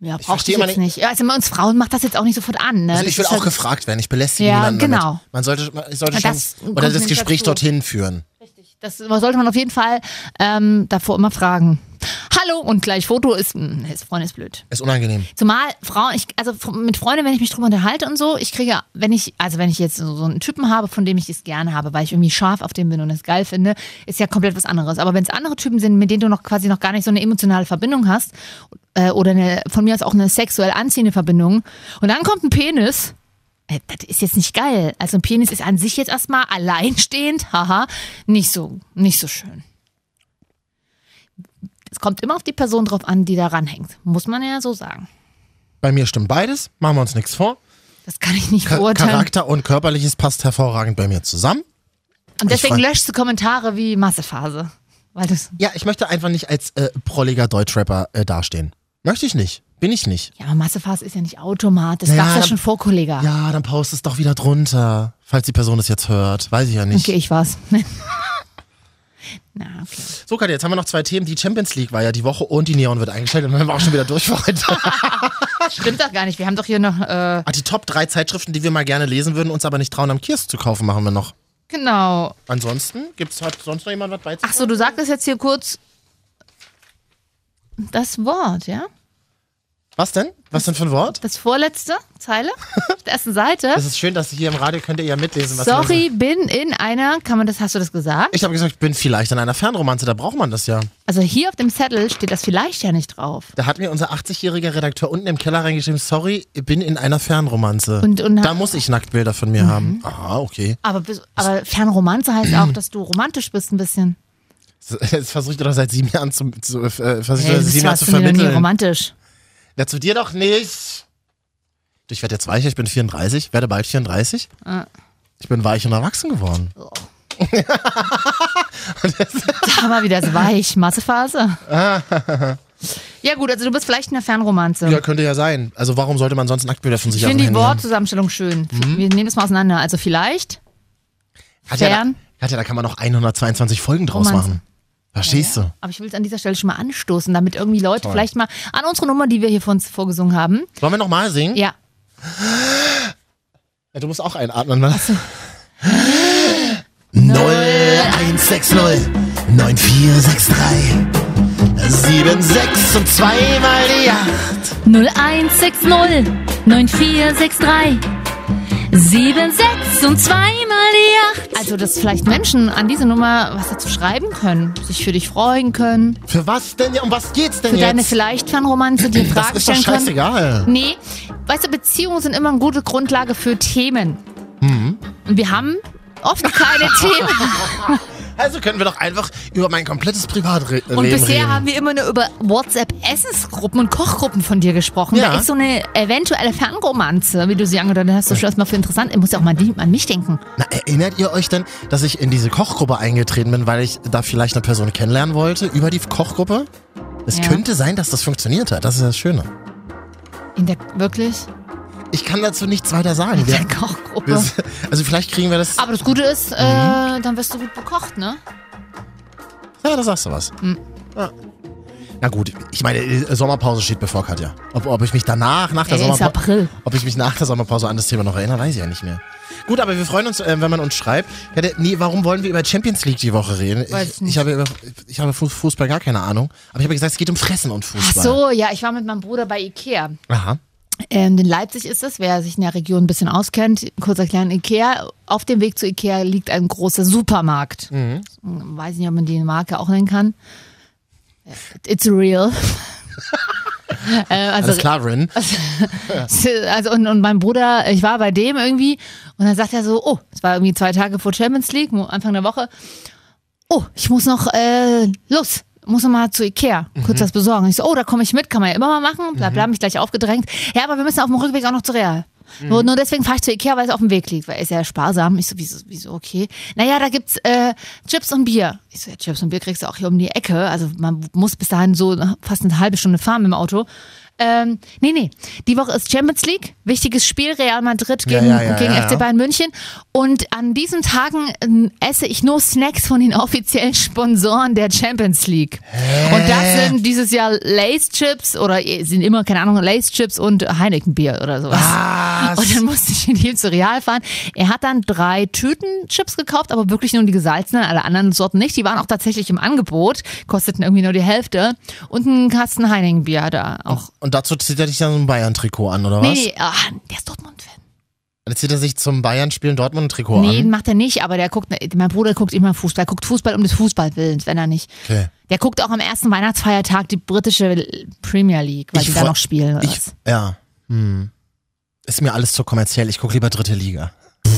[SPEAKER 2] ja, braucht
[SPEAKER 1] verstehe
[SPEAKER 2] ich
[SPEAKER 1] immer
[SPEAKER 2] jetzt nicht. Ja, also bei uns Frauen macht das jetzt auch nicht sofort an. Ne?
[SPEAKER 1] Also
[SPEAKER 2] Das
[SPEAKER 1] ich will
[SPEAKER 2] ist
[SPEAKER 1] auch
[SPEAKER 2] halt-
[SPEAKER 1] gefragt werden. Ich belästige
[SPEAKER 2] Ja,
[SPEAKER 1] niemanden
[SPEAKER 2] genau.
[SPEAKER 1] damit. Man sollte, man ich sollte
[SPEAKER 2] Ja,
[SPEAKER 1] schon,
[SPEAKER 2] das kommt
[SPEAKER 1] oder das
[SPEAKER 2] mit
[SPEAKER 1] Gespräch
[SPEAKER 2] dazu.
[SPEAKER 1] dorthin führen.
[SPEAKER 2] Das sollte man auf jeden Fall ähm, davor immer fragen. Hallo und gleich Foto ist, mh, ist Freund ist blöd.
[SPEAKER 1] Ist unangenehm.
[SPEAKER 2] Zumal Frauen, ich, also fr- mit Freunden, wenn ich mich drüber unterhalte und so, ich kriege, wenn ich, also wenn ich jetzt so, so einen Typen habe, von dem ich es gerne habe, weil ich irgendwie scharf auf den bin und es geil finde, ist ja komplett was anderes. Aber wenn es andere Typen sind, mit denen du noch quasi noch gar nicht so eine emotionale Verbindung hast, äh, oder eine, von mir aus auch eine sexuell anziehende Verbindung, und dann kommt ein Penis, äh, das ist jetzt nicht geil. Also ein Penis ist an sich jetzt erstmal alleinstehend, <laughs> haha, nicht so, nicht so schön. Es kommt immer auf die Person drauf an, die da ranhängt. Muss man ja so sagen.
[SPEAKER 1] Bei mir stimmt beides. Machen wir uns nichts vor.
[SPEAKER 2] Das kann ich nicht
[SPEAKER 1] Ka
[SPEAKER 2] beurteilen.
[SPEAKER 1] Charakter und Körperliches passt hervorragend bei mir zusammen.
[SPEAKER 2] und deswegen
[SPEAKER 1] ich frag-
[SPEAKER 2] löschst du Kommentare wie Massephase. Weil das,
[SPEAKER 1] Ja, ich möchte einfach nicht als äh, prolliger Deutschrapper äh, dastehen. Möchte ich nicht. Bin ich nicht.
[SPEAKER 2] ja, aber Massephase ist ja nicht Automat. Das
[SPEAKER 1] Ja,
[SPEAKER 2] gab's ja
[SPEAKER 1] dann-
[SPEAKER 2] schon vor, Kollega.
[SPEAKER 1] Ja, dann post es doch wieder drunter. Falls die Person das jetzt hört. Weiß ich ja nicht.
[SPEAKER 2] okay, ich war's. <laughs> Na, okay.
[SPEAKER 1] So, Katja, jetzt haben wir noch zwei Themen. Die Champions League war ja die Woche und die Neon wird eingestellt und dann haben wir auch schon wieder durch für heute.
[SPEAKER 2] <laughs> Stimmt doch gar nicht. Wir haben doch hier noch, äh,
[SPEAKER 1] Ah, die Top drei Zeitschriften, die wir mal gerne lesen würden, uns aber nicht trauen, am Kiosk zu kaufen, machen wir noch.
[SPEAKER 2] genau.
[SPEAKER 1] Ansonsten gibt's hat sonst noch jemand was beizutragen?
[SPEAKER 2] Ach so, du sagtest jetzt hier kurz das Wort, ja?
[SPEAKER 1] Was denn? Was denn für ein Wort?
[SPEAKER 2] Das vorletzte Zeile auf der
[SPEAKER 1] <laughs>
[SPEAKER 2] ersten Seite.
[SPEAKER 1] Es ist schön, dass hier im Radio könnt ihr ja mitlesen, was wir lesen.
[SPEAKER 2] Sorry, bin in einer, kann man das, hast du das gesagt?
[SPEAKER 1] Ich habe gesagt, ich bin vielleicht in einer Fernromanze, da braucht man das ja.
[SPEAKER 2] Also hier auf dem Zettel steht das vielleicht ja nicht drauf.
[SPEAKER 1] Da hat mir unser 80-jähriger Redakteur unten im Keller reingeschrieben, sorry, ich bin in einer Fernromanze.
[SPEAKER 2] Und- Mhm. und-
[SPEAKER 1] da muss ich Nacktbilder von mir haben. Aha, okay.
[SPEAKER 2] Aber, bis- aber Fernromanze heißt
[SPEAKER 1] <clears throat>
[SPEAKER 2] auch, dass du romantisch bist ein bisschen.
[SPEAKER 1] Jetzt versuche ich doch seit sieben Jahren zu, zu, äh, versuch ich doch
[SPEAKER 2] Hey,
[SPEAKER 1] seit
[SPEAKER 2] bist
[SPEAKER 1] sieben
[SPEAKER 2] du
[SPEAKER 1] Jahren
[SPEAKER 2] warst
[SPEAKER 1] zu
[SPEAKER 2] du mir noch nie
[SPEAKER 1] vermitteln.
[SPEAKER 2] romantisch.
[SPEAKER 1] Ja, zu dir doch nicht. Du, Ich werde jetzt weicher, ich bin 34, werde bald 34.
[SPEAKER 2] Ah.
[SPEAKER 1] Ich bin weich und erwachsen geworden.
[SPEAKER 2] Oh. Da war wieder so
[SPEAKER 1] <laughs>
[SPEAKER 2] weich, Massephase. ja gut, also du bist vielleicht in der Fernromanze.
[SPEAKER 1] Ja, könnte ja sein. Also warum sollte man sonst Nacktbilder von sich
[SPEAKER 2] ich
[SPEAKER 1] auf dem
[SPEAKER 2] finde die
[SPEAKER 1] Handy Mhm. haben?
[SPEAKER 2] Wortzusammenstellung schön. Wir nehmen das mal auseinander. Also vielleicht,
[SPEAKER 1] Katja, da,
[SPEAKER 2] Fern.
[SPEAKER 1] Katja, da kann man noch 122 Folgen draus
[SPEAKER 2] Romanze.
[SPEAKER 1] machen. Verstehst
[SPEAKER 2] aber ich will es an dieser Stelle schon mal anstoßen, damit irgendwie Leute vielleicht mal an unsere Nummer, die wir hier von uns vorgesungen haben.
[SPEAKER 1] du? Wollen wir nochmal singen?
[SPEAKER 2] Ja,
[SPEAKER 1] Ja, Du musst auch einatmen, ne? was? 0160 9463 76 und zweimal die 8.
[SPEAKER 6] 0160 9463 76 und zweimal die 8.
[SPEAKER 2] also dass vielleicht Menschen an diese Nummer was dazu schreiben können, sich für dich freuen können,
[SPEAKER 1] Für was denn? Um was geht's denn
[SPEAKER 2] für
[SPEAKER 1] jetzt?
[SPEAKER 2] deine vielleicht Fernromanze dir
[SPEAKER 1] das
[SPEAKER 2] Fragen
[SPEAKER 1] ist doch
[SPEAKER 2] stellen können.
[SPEAKER 1] scheißegal.
[SPEAKER 2] Nee, weißt du, Beziehungen sind immer eine gute Grundlage für Themen.
[SPEAKER 1] Mhm.
[SPEAKER 2] Und wir haben oft
[SPEAKER 1] <laughs>
[SPEAKER 2] keine Themen.
[SPEAKER 1] Also können wir doch einfach über mein komplettes Privatleben
[SPEAKER 2] Und bisher
[SPEAKER 1] reden.
[SPEAKER 2] haben wir immer nur über WhatsApp-Essensgruppen und Kochgruppen von dir gesprochen.
[SPEAKER 1] Ja.
[SPEAKER 2] Da ist so eine eventuelle Fernromanze, wie du sie angedeutet hast, so erstmal für interessant. Ich muss ja auch mal die- an mich denken.
[SPEAKER 1] Na, erinnert ihr euch denn, dass ich in diese Kochgruppe eingetreten bin, weil ich da vielleicht eine Person kennenlernen wollte über die Kochgruppe? Es
[SPEAKER 2] Ja.
[SPEAKER 1] könnte sein, dass das funktioniert hat. Das ist das Schöne.
[SPEAKER 2] In der, wirklich?
[SPEAKER 1] Ich kann dazu nichts weiter sagen.
[SPEAKER 2] In
[SPEAKER 1] Wir,
[SPEAKER 2] der
[SPEAKER 1] wir, Mhm.
[SPEAKER 2] Kochgruppe.
[SPEAKER 1] also vielleicht kriegen wir das.
[SPEAKER 2] Aber das Gute ist, äh, dann wirst du gut bekocht, ne?
[SPEAKER 1] Ja, da sagst du was.
[SPEAKER 2] Hm.
[SPEAKER 1] Ja. Na gut, ich meine, äh, Sommerpause steht bevor, Katja. Ob, ob ich mich danach, nach der
[SPEAKER 2] Ey, ist
[SPEAKER 1] Sommerpause.
[SPEAKER 2] April.
[SPEAKER 1] Ob ich mich nach der Sommerpause an das Thema noch erinnere, weiß ich ja nicht mehr. Gut, aber wir freuen uns, äh, wenn man uns schreibt. Ich hatte, nee, warum wollen wir über Champions League die Woche reden?
[SPEAKER 2] Weiß
[SPEAKER 1] ich,
[SPEAKER 2] nicht.
[SPEAKER 1] ich habe über, ich habe Fu- Fußball gar keine Ahnung. Aber ich habe gesagt, es geht um Fressen und
[SPEAKER 2] Ach
[SPEAKER 1] Fußball.
[SPEAKER 2] so, ja, ich war mit meinem Bruder bei Ikea.
[SPEAKER 1] Aha.
[SPEAKER 2] Ähm, in Leipzig ist es, wer sich in der Region ein bisschen auskennt, kurz erklären, Ikea, auf dem Weg zu Ikea liegt ein großer Supermarkt. Weiß nicht, ob man die Marke auch nennen kann. It's real. <laughs> äh, also,
[SPEAKER 1] Alles klar, Rin.
[SPEAKER 2] also und, und mein Bruder, ich war bei dem irgendwie und dann sagt er so, oh, es war irgendwie zwei Tage vor Champions League, mo- Anfang der Woche. Oh, ich muss noch äh, los, muss noch mal zu Ikea, kurz
[SPEAKER 1] Mhm.
[SPEAKER 2] was besorgen. Ich so, oh, da komme ich mit, kann man ja immer mal machen, bla bla, mich gleich aufgedrängt. Ja, aber wir müssen auf dem Rückweg auch noch zu Real.
[SPEAKER 1] Mhm.
[SPEAKER 2] Nur, nur deswegen fahre ich zu Ikea, weil es auf dem Weg liegt, weil er ist ja sparsam. Ich so, wieso, wieso, okay. Naja, da gibt's äh, Chips und Bier. Ich so, ja, Chips und Bier kriegst du auch hier um die Ecke. Also man muss bis dahin so fast eine halbe Stunde fahren im Auto. Ähm, nee, nee. Die Woche ist Champions League. Wichtiges Spiel, Real Madrid gegen,
[SPEAKER 1] ja, ja,
[SPEAKER 2] gegen
[SPEAKER 1] ja,
[SPEAKER 2] FC
[SPEAKER 1] ja.
[SPEAKER 2] Bayern München. Und an diesen Tagen ähm, esse ich nur Snacks von den offiziellen Sponsoren der Champions League. Und das sind dieses Jahr Lace Chips oder eh, sind immer, keine Ahnung, Lace Chips und Heineken Bier oder sowas.
[SPEAKER 1] Ah,
[SPEAKER 2] Und dann musste ich in ihm zu Real fahren. Er hat dann drei Tüten Chips gekauft, aber wirklich nur die gesalzenen, alle anderen Sorten nicht. Die waren auch tatsächlich im Angebot, kosteten irgendwie nur die Hälfte. Und einen Kasten Heineken Bier hat er auch.
[SPEAKER 1] Und dazu zieht er dich dann so ein Bayern-Trikot an, oder was?
[SPEAKER 2] Nee, nee, ach, der ist Dortmund-Fan.
[SPEAKER 1] Dann zieht er sich zum Bayern-Spielen Dortmund ein Trikot
[SPEAKER 2] Nee,
[SPEAKER 1] an.
[SPEAKER 2] macht er nicht, aber der guckt, mein Bruder guckt immer Fußball, Er guckt Fußball um des Fußball willens, wenn er nicht.
[SPEAKER 1] Okay.
[SPEAKER 2] Der guckt auch am ersten Weihnachtsfeiertag die britische Premier League, weil
[SPEAKER 1] Ich
[SPEAKER 2] die da
[SPEAKER 1] freu-
[SPEAKER 2] noch spielen. Oder
[SPEAKER 1] Ich,
[SPEAKER 2] was.
[SPEAKER 1] ja. Hm. Ist mir alles zu kommerziell. Ich gucke lieber dritte Liga.
[SPEAKER 2] Du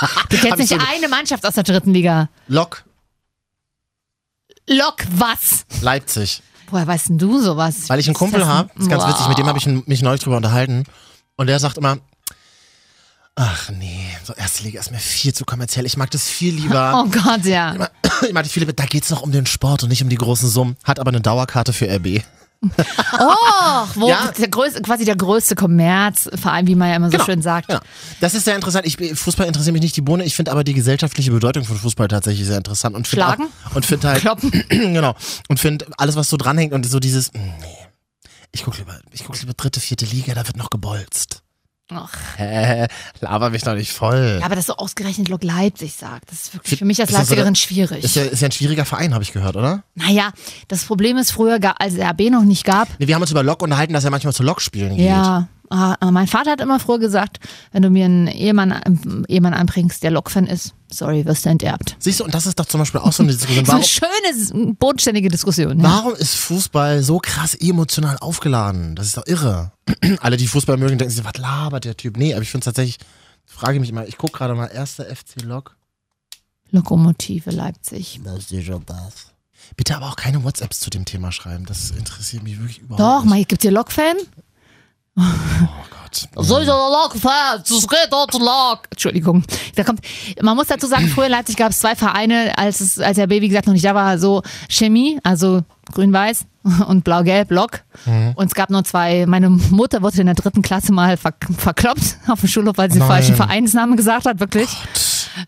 [SPEAKER 1] hab
[SPEAKER 2] kennst
[SPEAKER 1] ich
[SPEAKER 2] nicht
[SPEAKER 1] so ge-
[SPEAKER 2] eine Mannschaft aus der dritten Liga.
[SPEAKER 1] Lok,
[SPEAKER 2] Lok, was?
[SPEAKER 1] Leipzig.
[SPEAKER 2] Woher weißt denn du sowas?
[SPEAKER 1] Weil ich einen
[SPEAKER 2] Ist
[SPEAKER 1] Kumpel
[SPEAKER 2] das ein-
[SPEAKER 1] habe, ist ganz
[SPEAKER 2] Wow.
[SPEAKER 1] witzig, mit dem habe ich n- mich neulich drüber unterhalten. Und der sagt immer, ach nee, so erste Liga ist mir viel zu kommerziell. Ich mag das viel lieber.
[SPEAKER 2] <laughs> Oh Gott, ja.
[SPEAKER 1] Ich mag das viel lieber. Da geht's noch um den Sport und nicht um die großen Summen. Hat aber eine Dauerkarte für RB.
[SPEAKER 2] Och, wo
[SPEAKER 1] Ja.
[SPEAKER 2] der größte, quasi der größte Kommerzverein, wie man ja immer so
[SPEAKER 1] Genau.
[SPEAKER 2] schön sagt.
[SPEAKER 1] Ja. Das ist sehr interessant. Ich, bin- Fußball interessiert mich nicht die Bohne. Ich finde aber die gesellschaftliche Bedeutung von Fußball tatsächlich sehr interessant. Und find
[SPEAKER 2] Schlagen?
[SPEAKER 1] Auch, und finde halt.
[SPEAKER 2] Kloppen.
[SPEAKER 1] <clears throat> genau. Und finde alles, was so dranhängt und so dieses. mm, Nee. Ich gucke lieber, ich guck lieber dritte, vierte Liga, da wird noch gebolzt.
[SPEAKER 2] Ach,
[SPEAKER 1] Hä? Laber mich doch nicht voll.
[SPEAKER 2] ja, aber das so ausgerechnet Lok Leipzig sagt, das ist wirklich für mich als
[SPEAKER 1] Ist das so
[SPEAKER 2] Leipzigerin
[SPEAKER 1] der-
[SPEAKER 2] schwierig.
[SPEAKER 1] Ist ja, ist ja ein schwieriger Verein, habe ich gehört, oder?
[SPEAKER 2] Naja, das Problem ist früher, ga- als es RB noch nicht gab,
[SPEAKER 1] Nee, wir haben uns über Lok unterhalten, dass er manchmal zu Lok spielen geht.
[SPEAKER 2] ja, ah, ah, mein Vater hat immer früher gesagt, wenn du mir einen Ehemann, ähm, Ehemann anbringst, der Lokfan ist, sorry, wirst du enterbt.
[SPEAKER 1] Siehst du, und das ist doch zum Beispiel auch so eine Diskussion.
[SPEAKER 2] <laughs> So eine
[SPEAKER 1] Warum,
[SPEAKER 2] schöne, bodenständige Diskussion. Ja.
[SPEAKER 1] warum ist Fußball so krass emotional aufgeladen? Das ist doch irre. <clears throat> Alle, die Fußball mögen, denken sich, was labert der Typ? Nee, aber ich finde tatsächlich, frage mich mal, ich gucke gerade mal, erster FC Lok.
[SPEAKER 2] Lokomotive Leipzig.
[SPEAKER 1] Das ist schon das. Bitte aber auch keine WhatsApps zu dem Thema schreiben. Das interessiert mich wirklich überhaupt
[SPEAKER 2] Doch,
[SPEAKER 1] nicht.
[SPEAKER 2] mal, gibt's hier Lokfan?
[SPEAKER 1] Oh Gott.
[SPEAKER 2] Lokfan, es geht dort Lok. Entschuldigung. Da kommt, man muss dazu sagen, früher in Leipzig gab es zwei Vereine, als, es, als der Baby gesagt noch nicht da war, so Chemie, also grün-weiß <laughs> und blau-gelb, Lok.
[SPEAKER 1] Mhm.
[SPEAKER 2] Und es gab nur zwei, meine Mutter wurde in der dritten Klasse mal ver verkloppt <laughs> auf dem Schulhof, weil sie den
[SPEAKER 1] Nein.
[SPEAKER 2] falschen Vereinsnamen gesagt hat, wirklich.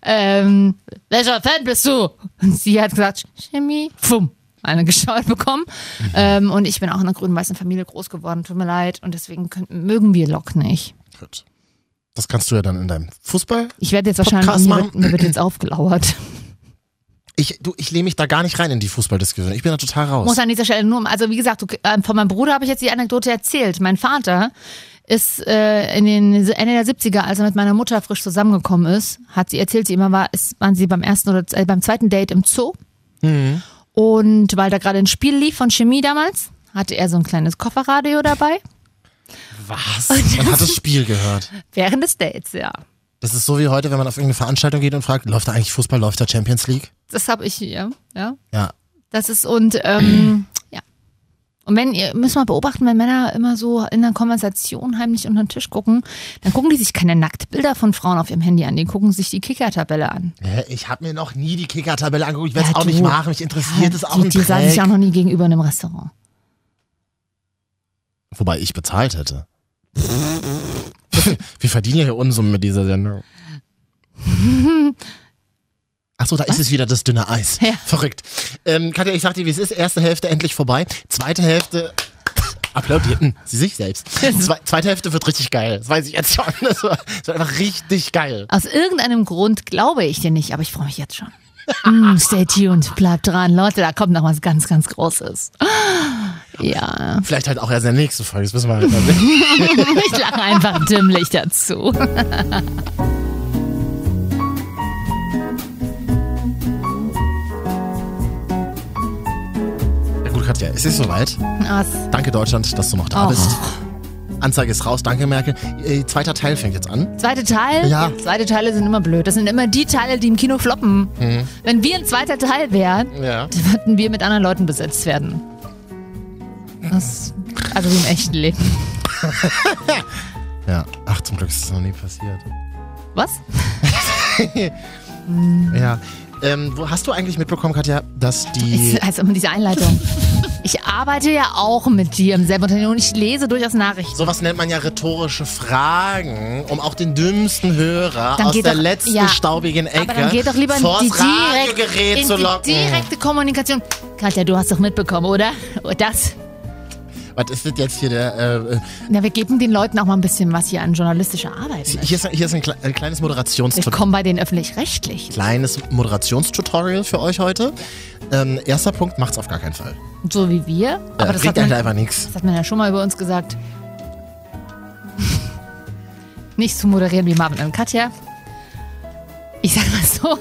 [SPEAKER 2] Ähm, welcher Fan bist du? Und sie hat gesagt, Chemie, fumm. Eine geschaut bekommen.
[SPEAKER 1] Mhm.
[SPEAKER 2] Ähm, und ich bin auch in einer grün-weißen Familie groß geworden, tut mir leid. Und deswegen können, mögen wir Lok nicht.
[SPEAKER 1] Gut. Das kannst du ja dann in deinem Fußball
[SPEAKER 2] Ich werde jetzt
[SPEAKER 1] Podcast
[SPEAKER 2] wahrscheinlich, mir wird,
[SPEAKER 1] machen.
[SPEAKER 2] mir wird jetzt aufgelauert.
[SPEAKER 1] Ich, du, ich lehne mich da gar nicht rein in die Fußballdiskussion. Ich bin da total raus.
[SPEAKER 2] Muss an dieser Stelle nur, also wie gesagt, du, ähm, von meinem Bruder habe ich jetzt die Anekdote erzählt. Mein Vater ist äh, in den Ende der 70er, als er mit meiner Mutter frisch zusammengekommen ist, hat sie erzählt, sie immer war, ist, waren sie beim ersten oder äh, beim zweiten Date im Zoo. Und weil da gerade ein Spiel lief von Chemie damals, hatte er so ein kleines Kofferradio dabei. <laughs>
[SPEAKER 1] Was? Man hat das Spiel gehört.
[SPEAKER 2] Während des Dates, ja.
[SPEAKER 1] Das ist so wie heute, wenn man auf irgendeine Veranstaltung geht und fragt, läuft da eigentlich Fußball, läuft da Champions League?
[SPEAKER 2] Das habe ich hier, ja.
[SPEAKER 1] Ja.
[SPEAKER 2] Das ist und
[SPEAKER 1] <clears throat>
[SPEAKER 2] ähm, ja. Und wenn ihr müsst mal beobachten, wenn Männer immer so in der Konversation heimlich unter den Tisch gucken, dann gucken die sich keine Nacktbilder von Frauen auf ihrem Handy an, die gucken sich die Kicker-Tabelle an.
[SPEAKER 1] Hä, Ich habe mir noch nie die Kicker-Tabelle angeguckt. Ich werde
[SPEAKER 2] Ja,
[SPEAKER 1] es auch nicht
[SPEAKER 2] du.
[SPEAKER 1] machen. Mich interessiert es auch
[SPEAKER 2] die,
[SPEAKER 1] ein
[SPEAKER 2] die saßen sich auch
[SPEAKER 1] Dreck.
[SPEAKER 2] noch nie gegenüber in einem Restaurant. <laughs>
[SPEAKER 1] Wobei ich bezahlt hätte. <laughs> Wir verdienen ja hier Unsummen mit dieser Sendung. Achso, da ist es wieder das dünne Eis.
[SPEAKER 2] Ja.
[SPEAKER 1] Verrückt. Ähm, Katja, ich sag dir, wie es ist. Erste Hälfte <laughs> endlich vorbei. Zweite Hälfte Applaudierten sie sich selbst. Zwei, zweite Hälfte wird richtig geil. Das weiß ich jetzt schon. <laughs> Das war, das war einfach richtig geil.
[SPEAKER 2] Aus irgendeinem Grund glaube ich dir nicht, aber ich freue mich
[SPEAKER 1] <laughs>
[SPEAKER 2] jetzt schon. Mm, stay tuned, bleibt dran, Leute, da kommt noch was ganz, ganz Großes.
[SPEAKER 1] <laughs>
[SPEAKER 2] <gasps> Ja,
[SPEAKER 1] Vielleicht halt auch erst in der nächsten Folge. Das wissen wir halt noch nicht.
[SPEAKER 2] ich lache einfach dümmlich dazu.
[SPEAKER 1] Ja, gut, Katja, es ist soweit.
[SPEAKER 2] Was?
[SPEAKER 1] Danke, Deutschland, dass du noch da
[SPEAKER 2] Oh.
[SPEAKER 1] bist. Anzeige ist raus. Danke, Merkel. Äh, zweiter Teil fängt jetzt an.
[SPEAKER 2] Zweite Teil?
[SPEAKER 1] Ja.
[SPEAKER 2] Zweite Teile sind immer blöd. Das sind immer die Teile, die im Kino floppen.
[SPEAKER 1] Mhm.
[SPEAKER 2] Wenn wir ein zweiter Teil wären,
[SPEAKER 1] Ja.
[SPEAKER 2] dann würden wir mit anderen Leuten besetzt werden. Das, also wie im echten Leben.
[SPEAKER 1] Ja. Ach, zum Glück ist das noch nie passiert.
[SPEAKER 2] Was?
[SPEAKER 1] Ja. Ähm, wo hast du eigentlich mitbekommen, Katja, dass die.
[SPEAKER 2] Ist, also immer
[SPEAKER 1] <laughs>
[SPEAKER 2] diese Einleitung. Ich arbeite ja auch mit dir im selben Unternehmen und ich lese durchaus Nachrichten.
[SPEAKER 1] Sowas nennt man ja rhetorische Fragen, um auch den dümmsten Hörer
[SPEAKER 2] Dann
[SPEAKER 1] aus
[SPEAKER 2] geht
[SPEAKER 1] der
[SPEAKER 2] doch-
[SPEAKER 1] letzten
[SPEAKER 2] ja.
[SPEAKER 1] staubigen Ecke
[SPEAKER 2] Aber dann geht doch lieber in
[SPEAKER 1] vors
[SPEAKER 2] die, direkt,
[SPEAKER 1] Radiogerät
[SPEAKER 2] in
[SPEAKER 1] zu
[SPEAKER 2] die
[SPEAKER 1] locken.
[SPEAKER 2] direkte Kommunikation. Katja, du hast doch mitbekommen, oder? Das.
[SPEAKER 1] Was ist das jetzt hier der? Äh, äh,
[SPEAKER 2] Na, wir geben den Leuten auch mal ein bisschen was hier an journalistischer Arbeit. mit.
[SPEAKER 1] hier ist, hier ist ein, kle ein kleines Moderationstutorial.
[SPEAKER 2] Willkommen bei den Öffentlich-Rechtlichen.
[SPEAKER 1] Kleines Moderationstutorial für euch heute. Ähm, erster Punkt, macht's auf gar keinen Fall.
[SPEAKER 2] So wie wir.
[SPEAKER 1] Ja,
[SPEAKER 2] Aber das hat,
[SPEAKER 1] bringt halt
[SPEAKER 2] man,
[SPEAKER 1] einfach nichts.
[SPEAKER 2] das hat man ja schon mal über uns gesagt. Nicht zu moderieren wie Marvin und Katja. Ich sag mal so.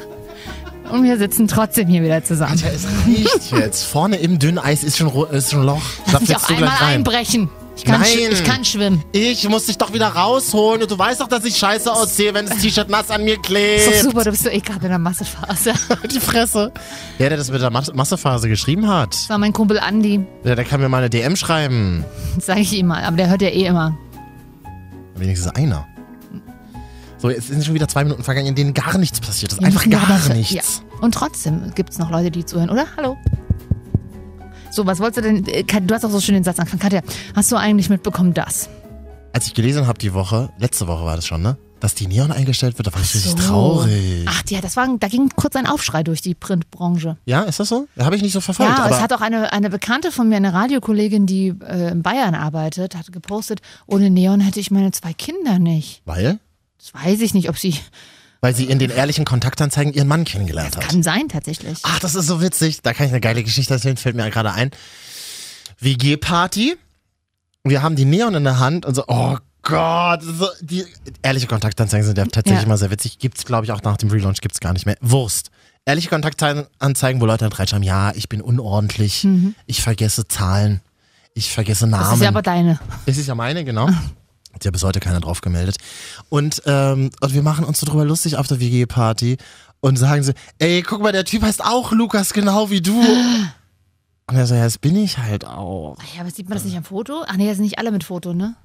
[SPEAKER 2] Und wir sitzen trotzdem hier wieder zusammen.
[SPEAKER 1] Ja, es riecht jetzt. Vorne im dünnen Eis ist schon, ro- ist schon ein Loch.
[SPEAKER 2] Lass
[SPEAKER 1] Zapf
[SPEAKER 2] mich
[SPEAKER 1] jetzt
[SPEAKER 2] auch
[SPEAKER 1] du gleich
[SPEAKER 2] einmal
[SPEAKER 1] rein.
[SPEAKER 2] einbrechen. Ich kann, sch-
[SPEAKER 1] Nein.
[SPEAKER 2] ich kann schwimmen.
[SPEAKER 1] Ich muss dich doch wieder rausholen und du weißt doch, dass ich scheiße aussehe, wenn das T-Shirt nass an mir
[SPEAKER 2] Ist doch
[SPEAKER 1] klebt. <laughs>
[SPEAKER 2] super, du bist so eh gerade in der Massephase. Das
[SPEAKER 1] Die Fresse. Wer der das mit der Mas- Massephase geschrieben hat,
[SPEAKER 2] war mein Kumpel Andi.
[SPEAKER 1] der, der kann mir mal eine DM schreiben.
[SPEAKER 2] Das sage ich ihm mal. Aber der hört ja eh immer.
[SPEAKER 1] Wenigstens einer. So, jetzt sind schon wieder zwei Minuten vergangen, in denen gar nichts passiert ist.
[SPEAKER 2] Wir
[SPEAKER 1] Einfach
[SPEAKER 2] müssen ja
[SPEAKER 1] gar
[SPEAKER 2] was-
[SPEAKER 1] nichts.
[SPEAKER 2] Ja. Und trotzdem gibt es noch Leute, die zuhören, oder? Hallo? So, was wolltest du denn? äh, Kat- Du hast auch so schön den Satz angefangen. Katja, hast du eigentlich mitbekommen, das?
[SPEAKER 1] Als ich gelesen habe die Woche, letzte Woche war das schon, ne? Dass die Neon eingestellt wird, da war ich richtig
[SPEAKER 2] So.
[SPEAKER 1] traurig.
[SPEAKER 2] Ach ja, das war, da ging kurz ein Aufschrei durch die Printbranche.
[SPEAKER 1] Ja, ist das so? Habe ich nicht so verfolgt.
[SPEAKER 2] Ja,
[SPEAKER 1] aber
[SPEAKER 2] es hat auch eine, eine Bekannte von mir, eine Radiokollegin, die äh, in Bayern arbeitet, hat gepostet, ohne Neon hätte ich meine zwei Kinder nicht.
[SPEAKER 1] weil?
[SPEAKER 2] Das weiß ich nicht, ob sie...
[SPEAKER 1] Weil sie in den ehrlichen Kontaktanzeigen ihren Mann kennengelernt hat.
[SPEAKER 2] Kann sein, tatsächlich.
[SPEAKER 1] Ach, das ist so witzig. Da kann ich eine geile Geschichte erzählen, fällt mir gerade ein. WG-Party. Wir haben die Neon in der Hand und so, oh Gott. So, die, ehrliche Kontaktanzeigen sind ja tatsächlich
[SPEAKER 2] Ja.
[SPEAKER 1] mal sehr witzig. Gibt's, glaube ich, auch nach dem Relaunch gibt's gar nicht mehr. Wurst. Ehrliche Kontaktanzeigen, wo Leute dann reinschreiben, ja, ich bin unordentlich, ich vergesse Zahlen, ich vergesse Namen.
[SPEAKER 2] Mhm. Das ist ja aber deine.
[SPEAKER 1] Das ist ja meine, genau. Hat ja bis heute keiner drauf gemeldet. Und, ähm, und wir machen uns so drüber lustig auf der WG-Party und sagen so, ey, guck mal, der Typ heißt auch Lukas, genau wie
[SPEAKER 2] <gasps>
[SPEAKER 1] du. Und er so, ja, das bin ich halt auch.
[SPEAKER 2] Ach ja, aber sieht man das nicht am Foto? Ach nee, das sind nicht alle mit Foto, ne?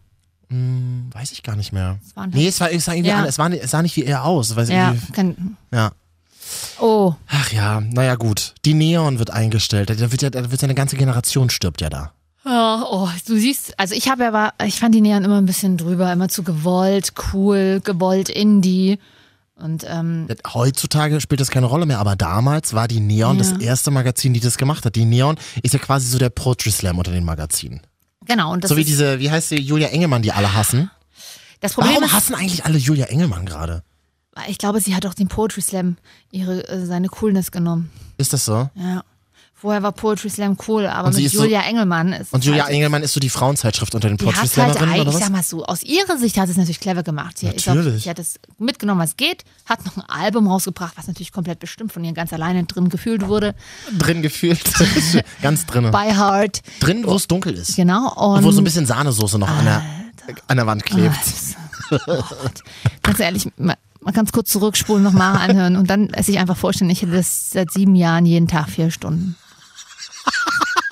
[SPEAKER 1] Hm, weiß ich gar nicht mehr.
[SPEAKER 2] Das waren
[SPEAKER 1] Nee, es, war, es, sah irgendwie
[SPEAKER 2] Ja.
[SPEAKER 1] anders. es, war, es sah nicht wie er aus. Weiß
[SPEAKER 2] ja,
[SPEAKER 1] irgendwie-
[SPEAKER 2] kann,
[SPEAKER 1] ja.
[SPEAKER 2] oh,
[SPEAKER 1] Ach ja, naja gut. Die Neon wird eingestellt. Da wird ja, da wird ja eine ganze Generation stirbt ja da.
[SPEAKER 2] Oh, oh, du siehst, also ich habe ja war, ich fand die Nähern immer ein bisschen drüber, immer zu gewollt, cool, gewollt Indie. Und ähm,
[SPEAKER 1] Heutzutage spielt das keine Rolle mehr, aber damals war die Neon das erste Magazin, die das gemacht hat. Die Neon ist ja quasi so der Poetry Slam unter den Magazinen.
[SPEAKER 2] genau, und das,
[SPEAKER 1] so wie
[SPEAKER 2] ist,
[SPEAKER 1] diese, wie heißt sie, Julia Engelmann, die alle hassen.
[SPEAKER 2] das Problem
[SPEAKER 1] Warum
[SPEAKER 2] ist,
[SPEAKER 1] hassen eigentlich alle Julia Engelmann gerade?
[SPEAKER 2] ich glaube, sie hat auch den Poetry Slam ihre äh, seine Coolness genommen.
[SPEAKER 1] Ist das so?
[SPEAKER 2] Ja. Vorher war Poetry Slam cool, aber
[SPEAKER 1] Und sie
[SPEAKER 2] mit
[SPEAKER 1] ist so-
[SPEAKER 2] Julia Engelmann ist
[SPEAKER 1] Und Julia
[SPEAKER 2] halt,
[SPEAKER 1] Engelmann ist so die Frauenzeitschrift unter den
[SPEAKER 2] die
[SPEAKER 1] Poetry
[SPEAKER 2] hat halt,
[SPEAKER 1] Slammerinnen,
[SPEAKER 2] ein-
[SPEAKER 1] oder
[SPEAKER 2] ich
[SPEAKER 1] was?
[SPEAKER 2] sag mal so, aus ihrer Sicht hat sie es natürlich clever gemacht. Sie, ist Auch,
[SPEAKER 1] Natürlich.
[SPEAKER 2] sie hat es mitgenommen, was geht, hat noch ein Album rausgebracht, was natürlich komplett bestimmt von ihr ganz alleine drin gefühlt wurde,
[SPEAKER 1] Drin gefühlt. <laughs> Ganz drin.
[SPEAKER 2] by heart.
[SPEAKER 1] Drin, wo es dunkel ist.
[SPEAKER 2] Genau. Und,
[SPEAKER 1] Und wo so ein bisschen Sahnesoße noch an der, an der Wand klebt.
[SPEAKER 2] Ganz ehrlich, mal, mal ganz kurz zurückspulen, nochmal anhören und dann sich einfach vorstellen, ich hätte das seit sieben Jahren jeden Tag vier Stunden.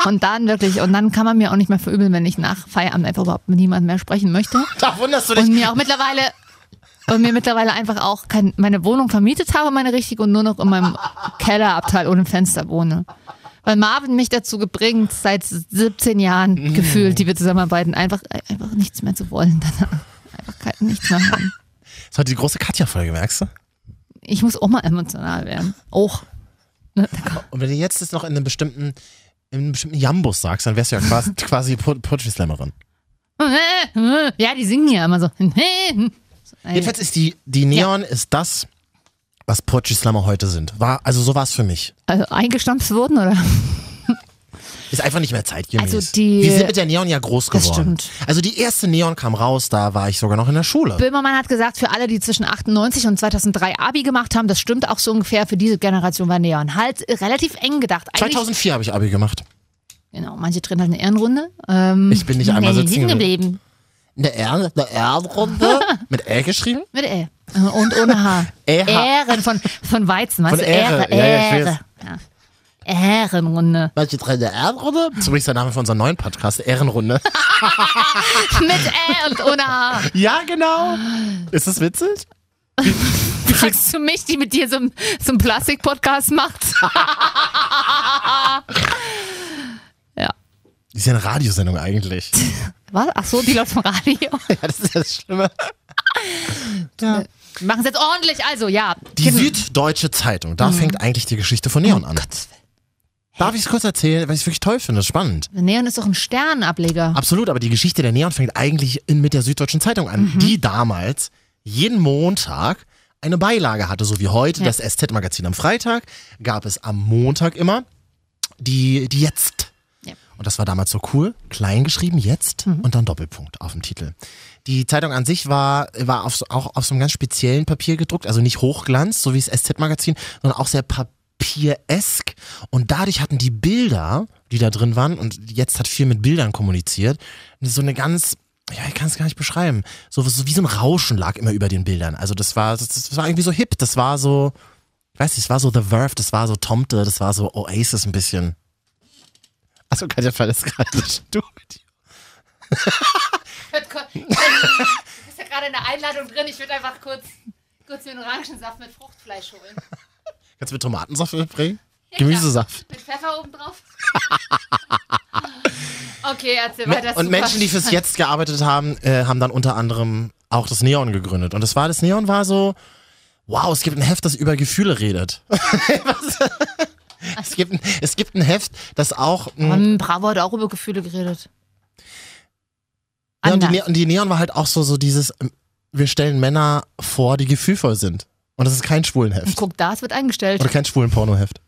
[SPEAKER 2] Und dann wirklich, und dann kann man mir auch nicht mehr verübeln, wenn ich nach Feierabend einfach überhaupt mit niemandem mehr sprechen möchte.
[SPEAKER 1] Da wunderst du dich.
[SPEAKER 2] Und mir auch mittlerweile, und mir mittlerweile einfach auch kein, meine Wohnung vermietet habe, meine richtige, und nur noch in meinem Kellerabteil ohne Fenster wohne. Weil Marvin mich dazu gebringt, seit 17 Jahren gefühlt, die wir zusammenarbeiten, einfach, einfach nichts mehr zu wollen. <laughs> danach. Einfach kein- nichts mehr haben.
[SPEAKER 1] Das war die große Katja-Folge, merkst du?
[SPEAKER 2] ich muss auch mal emotional werden. Auch. Ne?
[SPEAKER 1] Und wenn du jetzt das noch in einem bestimmten einen bestimmten Jambus sagst, dann wärst du ja
[SPEAKER 2] <laughs>
[SPEAKER 1] quasi, quasi Po- Poetry Slammerin.
[SPEAKER 2] äh, Ja, die singen ja immer so. <laughs> Also
[SPEAKER 1] Jedenfalls ist die, die Neon ist das, was Poetry Slammer heute sind. War, also so war es für mich.
[SPEAKER 2] Also eingestampft wurden, oder?
[SPEAKER 1] Ist einfach nicht mehr zeitgemäß.
[SPEAKER 2] Also die-
[SPEAKER 1] Wir sind mit der Neon ja groß
[SPEAKER 2] Das
[SPEAKER 1] geworden.
[SPEAKER 2] stimmt.
[SPEAKER 1] Also die erste Neon kam raus, da war ich sogar noch in der Schule.
[SPEAKER 2] Böhmermann hat gesagt, für alle, die zwischen 98 und 2003 Abi gemacht haben, das stimmt auch so ungefähr, für diese Generation war Neon halt relativ eng gedacht. Eigentlich,
[SPEAKER 1] 2004 habe ich Abi gemacht.
[SPEAKER 2] Genau, manche drehen halt eine Ehrenrunde. Ähm,
[SPEAKER 1] Ich bin nicht einmal
[SPEAKER 2] nee,
[SPEAKER 1] sitzen
[SPEAKER 2] sitzen
[SPEAKER 1] geblieben.
[SPEAKER 2] geblieben.
[SPEAKER 1] Eine R, eine
[SPEAKER 2] <laughs>
[SPEAKER 1] R-Runde? mit L geschrieben?
[SPEAKER 2] Mit Ä. Und ohne
[SPEAKER 1] <laughs>
[SPEAKER 2] H.
[SPEAKER 1] Ä, H.
[SPEAKER 2] Ehren von, von Weizen, weißt
[SPEAKER 1] Von
[SPEAKER 2] du? Ehre,
[SPEAKER 1] Ehre. Ja, ja, ich
[SPEAKER 2] Ehre. Ja. Ehrenrunde.
[SPEAKER 1] Manche drehen eine R-Runde? Das ist übrigens der Name für unseren neuen Podcast,
[SPEAKER 2] <laughs>
[SPEAKER 1] Ehrenrunde.
[SPEAKER 2] Mit Ä und ohne H.
[SPEAKER 1] ja, genau. Ist das witzig?
[SPEAKER 2] Fragst du mich, die mit dir so, einen- so einen Plastik-Podcast macht?
[SPEAKER 1] Ist ja eine Radiosendung eigentlich.
[SPEAKER 2] <laughs> Was? Ach so, die Leute vom Radio.
[SPEAKER 1] ja, <laughs> das ist ja das Schlimme. ja.
[SPEAKER 2] Wir machen es jetzt ordentlich. Also, ja.
[SPEAKER 1] Die Süddeutsche Zeitung, da fängt eigentlich die Geschichte von Neon an.
[SPEAKER 2] Gottes
[SPEAKER 1] Darf ich es kurz erzählen, weil ich es wirklich toll finde, spannend.
[SPEAKER 2] Willen. Neon ist doch ein Sternableger.
[SPEAKER 1] Absolut, aber die Geschichte der Neon fängt eigentlich in, mit der Süddeutschen Zeitung an, die damals jeden Montag eine Beilage hatte, so wie heute. Das SZ-Magazin am Freitag gab es am Montag immer die, die Jetzt.
[SPEAKER 2] Ja.
[SPEAKER 1] Und das war damals so cool, klein geschrieben, jetzt und dann Doppelpunkt auf dem Titel. Die Zeitung an sich war, war auf so, auch auf so einem ganz speziellen Papier gedruckt, also nicht Hochglanz, so wie das SZ-Magazin, sondern auch sehr papieresk. Und dadurch hatten die Bilder, die da drin waren, und jetzt hat viel mit Bildern kommuniziert, so eine ganz, ja, ich kann es gar nicht beschreiben, so, so wie so ein Rauschen lag immer über den Bildern. Also das war, das, das war irgendwie so hip, das war so, ich weiß nicht, das war so The Verve, das war so Tomte, das war so Oasis ein bisschen. Achso, Katja verlässt gerade <laughs> das Studio.
[SPEAKER 2] <laughs> ist ja gerade eine Einladung drin. Ich würde einfach kurz, kurz mir einen Orangensaft mit Fruchtfleisch holen.
[SPEAKER 1] Kannst du mir Tomatensaft mitbringen? Gemüsesaft.
[SPEAKER 2] Mit Pfeffer
[SPEAKER 1] <laughs>
[SPEAKER 2] oben drauf. okay, erzähl
[SPEAKER 1] Und Menschen, die fürs Jetzt gearbeitet haben, äh, haben dann unter anderem auch das Neon gegründet. Und das war, das Neon war so, wow, es gibt ein Heft, das über Gefühle redet. <laughs> Was? es, gibt ein, es gibt ein Heft, das auch... mm, mh,
[SPEAKER 2] Bravo hat auch über Gefühle geredet.
[SPEAKER 1] Ja, und, die,
[SPEAKER 2] Anders.
[SPEAKER 1] Ne- und die Neon war halt auch so, so dieses, ähm, wir stellen Männer vor, die gefühlvoll sind. Und das ist kein
[SPEAKER 2] Und
[SPEAKER 1] Schwulenheft.
[SPEAKER 2] guck, da, es wird eingestellt.
[SPEAKER 1] Oder kein Schwulenpornoheft.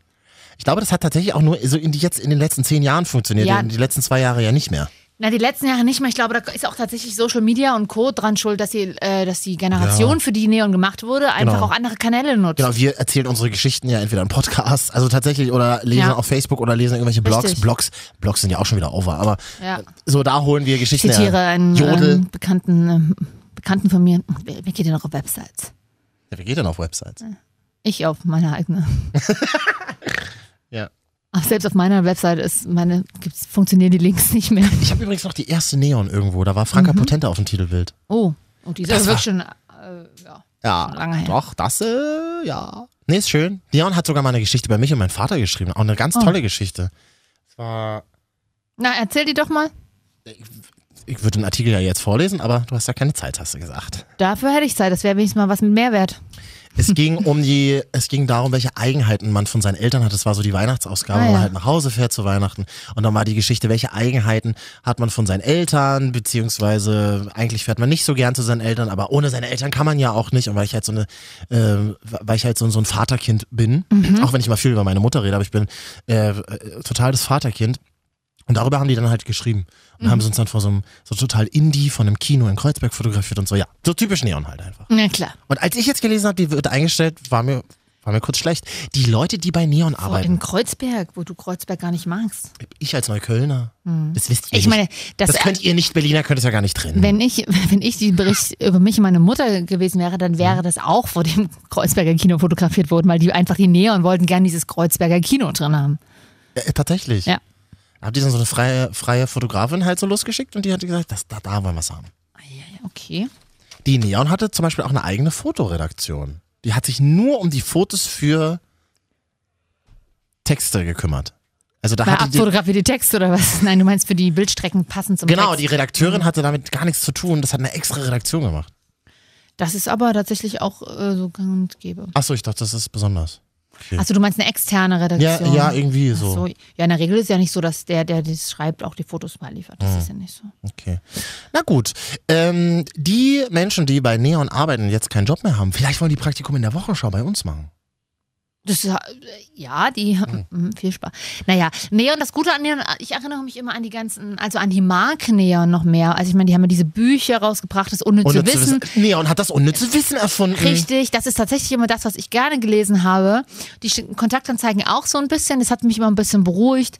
[SPEAKER 1] Ich glaube, das hat tatsächlich auch nur so in die jetzt in den letzten zehn Jahren funktioniert,
[SPEAKER 2] Ja.
[SPEAKER 1] in die letzten zwei Jahre ja nicht mehr.
[SPEAKER 2] Na, die letzten Jahre nicht mehr. Ich glaube, da ist auch tatsächlich Social Media und Co. dran schuld, dass die, äh, dass die Generation, für die Neon gemacht wurde, einfach
[SPEAKER 1] Genau.
[SPEAKER 2] auch andere Kanäle nutzt.
[SPEAKER 1] Genau, wir erzählen unsere Geschichten ja entweder im Podcast, also tatsächlich, oder lesen
[SPEAKER 2] Ja.
[SPEAKER 1] auf Facebook oder lesen irgendwelche Blogs.
[SPEAKER 2] Richtig.
[SPEAKER 1] Blogs, Blogs sind ja auch schon wieder over, aber
[SPEAKER 2] Ja.
[SPEAKER 1] so da holen wir
[SPEAKER 2] Ich
[SPEAKER 1] Geschichten. her.
[SPEAKER 2] zitiere einen
[SPEAKER 1] Jodel.
[SPEAKER 2] ähm, bekannten, ähm, bekannten von mir. Wer wer geht denn noch auf Websites?
[SPEAKER 1] Ja, wer geht denn auf Websites?
[SPEAKER 2] Ich auf meine eigene.
[SPEAKER 1] <laughs> Ja.
[SPEAKER 2] Ach, selbst auf meiner Website ist meine, gibt's, funktionieren die Links nicht mehr.
[SPEAKER 1] Ich habe übrigens noch die erste Neon irgendwo, da war
[SPEAKER 2] Mhm.
[SPEAKER 1] Franka Potente auf dem Titelbild.
[SPEAKER 2] Oh, und die ist
[SPEAKER 1] Das
[SPEAKER 2] also
[SPEAKER 1] war-
[SPEAKER 2] wirklich schon, äh, ja,
[SPEAKER 1] Ja,
[SPEAKER 2] Schon lange her.
[SPEAKER 1] doch, das, äh, ja. Nee, ist schön. Neon hat sogar mal eine Geschichte über mich und meinen Vater geschrieben. Auch eine ganz
[SPEAKER 2] Oh.
[SPEAKER 1] tolle Geschichte. Es war.
[SPEAKER 2] Na, erzähl die doch mal.
[SPEAKER 1] Ich würde den Artikel ja jetzt vorlesen, aber du hast ja keine Zeit, hast du gesagt.
[SPEAKER 2] Dafür hätte ich Zeit. Das wäre wenigstens mal was mit Mehrwert.
[SPEAKER 1] Es ging um die, es ging darum, welche Eigenheiten man von seinen Eltern hat. Das war so die Weihnachtsausgabe,
[SPEAKER 2] Ah,
[SPEAKER 1] wo man
[SPEAKER 2] ja.
[SPEAKER 1] halt nach Hause fährt zu Weihnachten. Und dann war die Geschichte, welche Eigenheiten hat man von seinen Eltern, beziehungsweise eigentlich fährt man nicht so gern zu seinen Eltern, aber ohne seine Eltern kann man ja auch nicht. Und weil ich halt so eine, äh, weil ich halt so, so ein Vaterkind bin,
[SPEAKER 2] Mhm.
[SPEAKER 1] auch wenn ich mal viel über meine Mutter rede, aber ich bin äh, äh, total das Vaterkind. Und darüber haben die dann halt geschrieben und
[SPEAKER 2] Mhm.
[SPEAKER 1] haben sie uns dann vor so einem so total Indie von einem Kino in Kreuzberg fotografiert und so. Ja, so typisch Neon halt einfach.
[SPEAKER 2] Na klar.
[SPEAKER 1] Und als ich jetzt gelesen habe, die wird eingestellt, war mir, war mir kurz schlecht. Die Leute, die bei Neon
[SPEAKER 2] Vor, Oh, in
[SPEAKER 1] arbeiten,
[SPEAKER 2] Kreuzberg, wo du Kreuzberg gar nicht magst.
[SPEAKER 1] ich als Neuköllner, das wisst ihr
[SPEAKER 2] Hm.
[SPEAKER 1] nicht.
[SPEAKER 2] Ich meine, das,
[SPEAKER 1] das, könnt ihr nicht, Berliner könnt es ja gar nicht trennen.
[SPEAKER 2] wenn ich, wenn ich die Bericht über mich und meine Mutter gewesen wäre, dann
[SPEAKER 1] Mhm.
[SPEAKER 2] wäre das auch vor dem Kreuzberger Kino fotografiert worden, weil die einfach die Nähe und wollten gern dieses Kreuzberger Kino drin haben.
[SPEAKER 1] äh, tatsächlich.
[SPEAKER 2] Ja.
[SPEAKER 1] Habt ihr dann so eine freie, freie Fotografin halt so losgeschickt und die hat gesagt, das, da, da wollen wir es haben.
[SPEAKER 2] Okay.
[SPEAKER 1] Die Neon hatte zum Beispiel auch eine eigene Fotoredaktion. Die hat sich nur um die Fotos für Texte gekümmert. Also da
[SPEAKER 2] War
[SPEAKER 1] hatte die,
[SPEAKER 2] abfotografiert die Texte oder was? Nein, du meinst für die Bildstrecken passend zum
[SPEAKER 1] genau,
[SPEAKER 2] Text.
[SPEAKER 1] die Redakteurin hatte damit gar nichts zu tun. Das hat eine extra Redaktion gemacht.
[SPEAKER 2] Das ist aber tatsächlich auch äh, so gang und gäbe.
[SPEAKER 1] Achso, ich dachte, das ist besonders. Okay.
[SPEAKER 2] Also du meinst eine externe
[SPEAKER 1] ja,
[SPEAKER 2] Redaktion?
[SPEAKER 1] ja, irgendwie so.
[SPEAKER 2] Ach so. Ja, in der Regel ist ja nicht so, dass der, der das schreibt, auch die Fotos mal liefert.
[SPEAKER 1] Mhm.
[SPEAKER 2] Das ist ja nicht so.
[SPEAKER 1] Okay. Na gut. Ähm, die Menschen, die bei Neon arbeiten und jetzt keinen Job mehr haben, vielleicht wollen die Praktikum in der Wochenschau bei uns machen.
[SPEAKER 2] Das ist, ja, die
[SPEAKER 1] Hm.
[SPEAKER 2] mm, viel Spaß. Naja, Neon, das Gute an Neon, ich erinnere mich immer an die ganzen, also an die Marke Neon noch mehr. Also ich meine, die haben ja diese Bücher rausgebracht, das unnütze,
[SPEAKER 1] Ohne zu
[SPEAKER 2] Wissen.
[SPEAKER 1] Neon hat das unnütze Wissen erfunden.
[SPEAKER 2] Richtig, das ist tatsächlich immer das, was ich gerne gelesen habe. Die schicken Kontaktanzeigen auch so ein bisschen. Das hat mich immer ein bisschen beruhigt,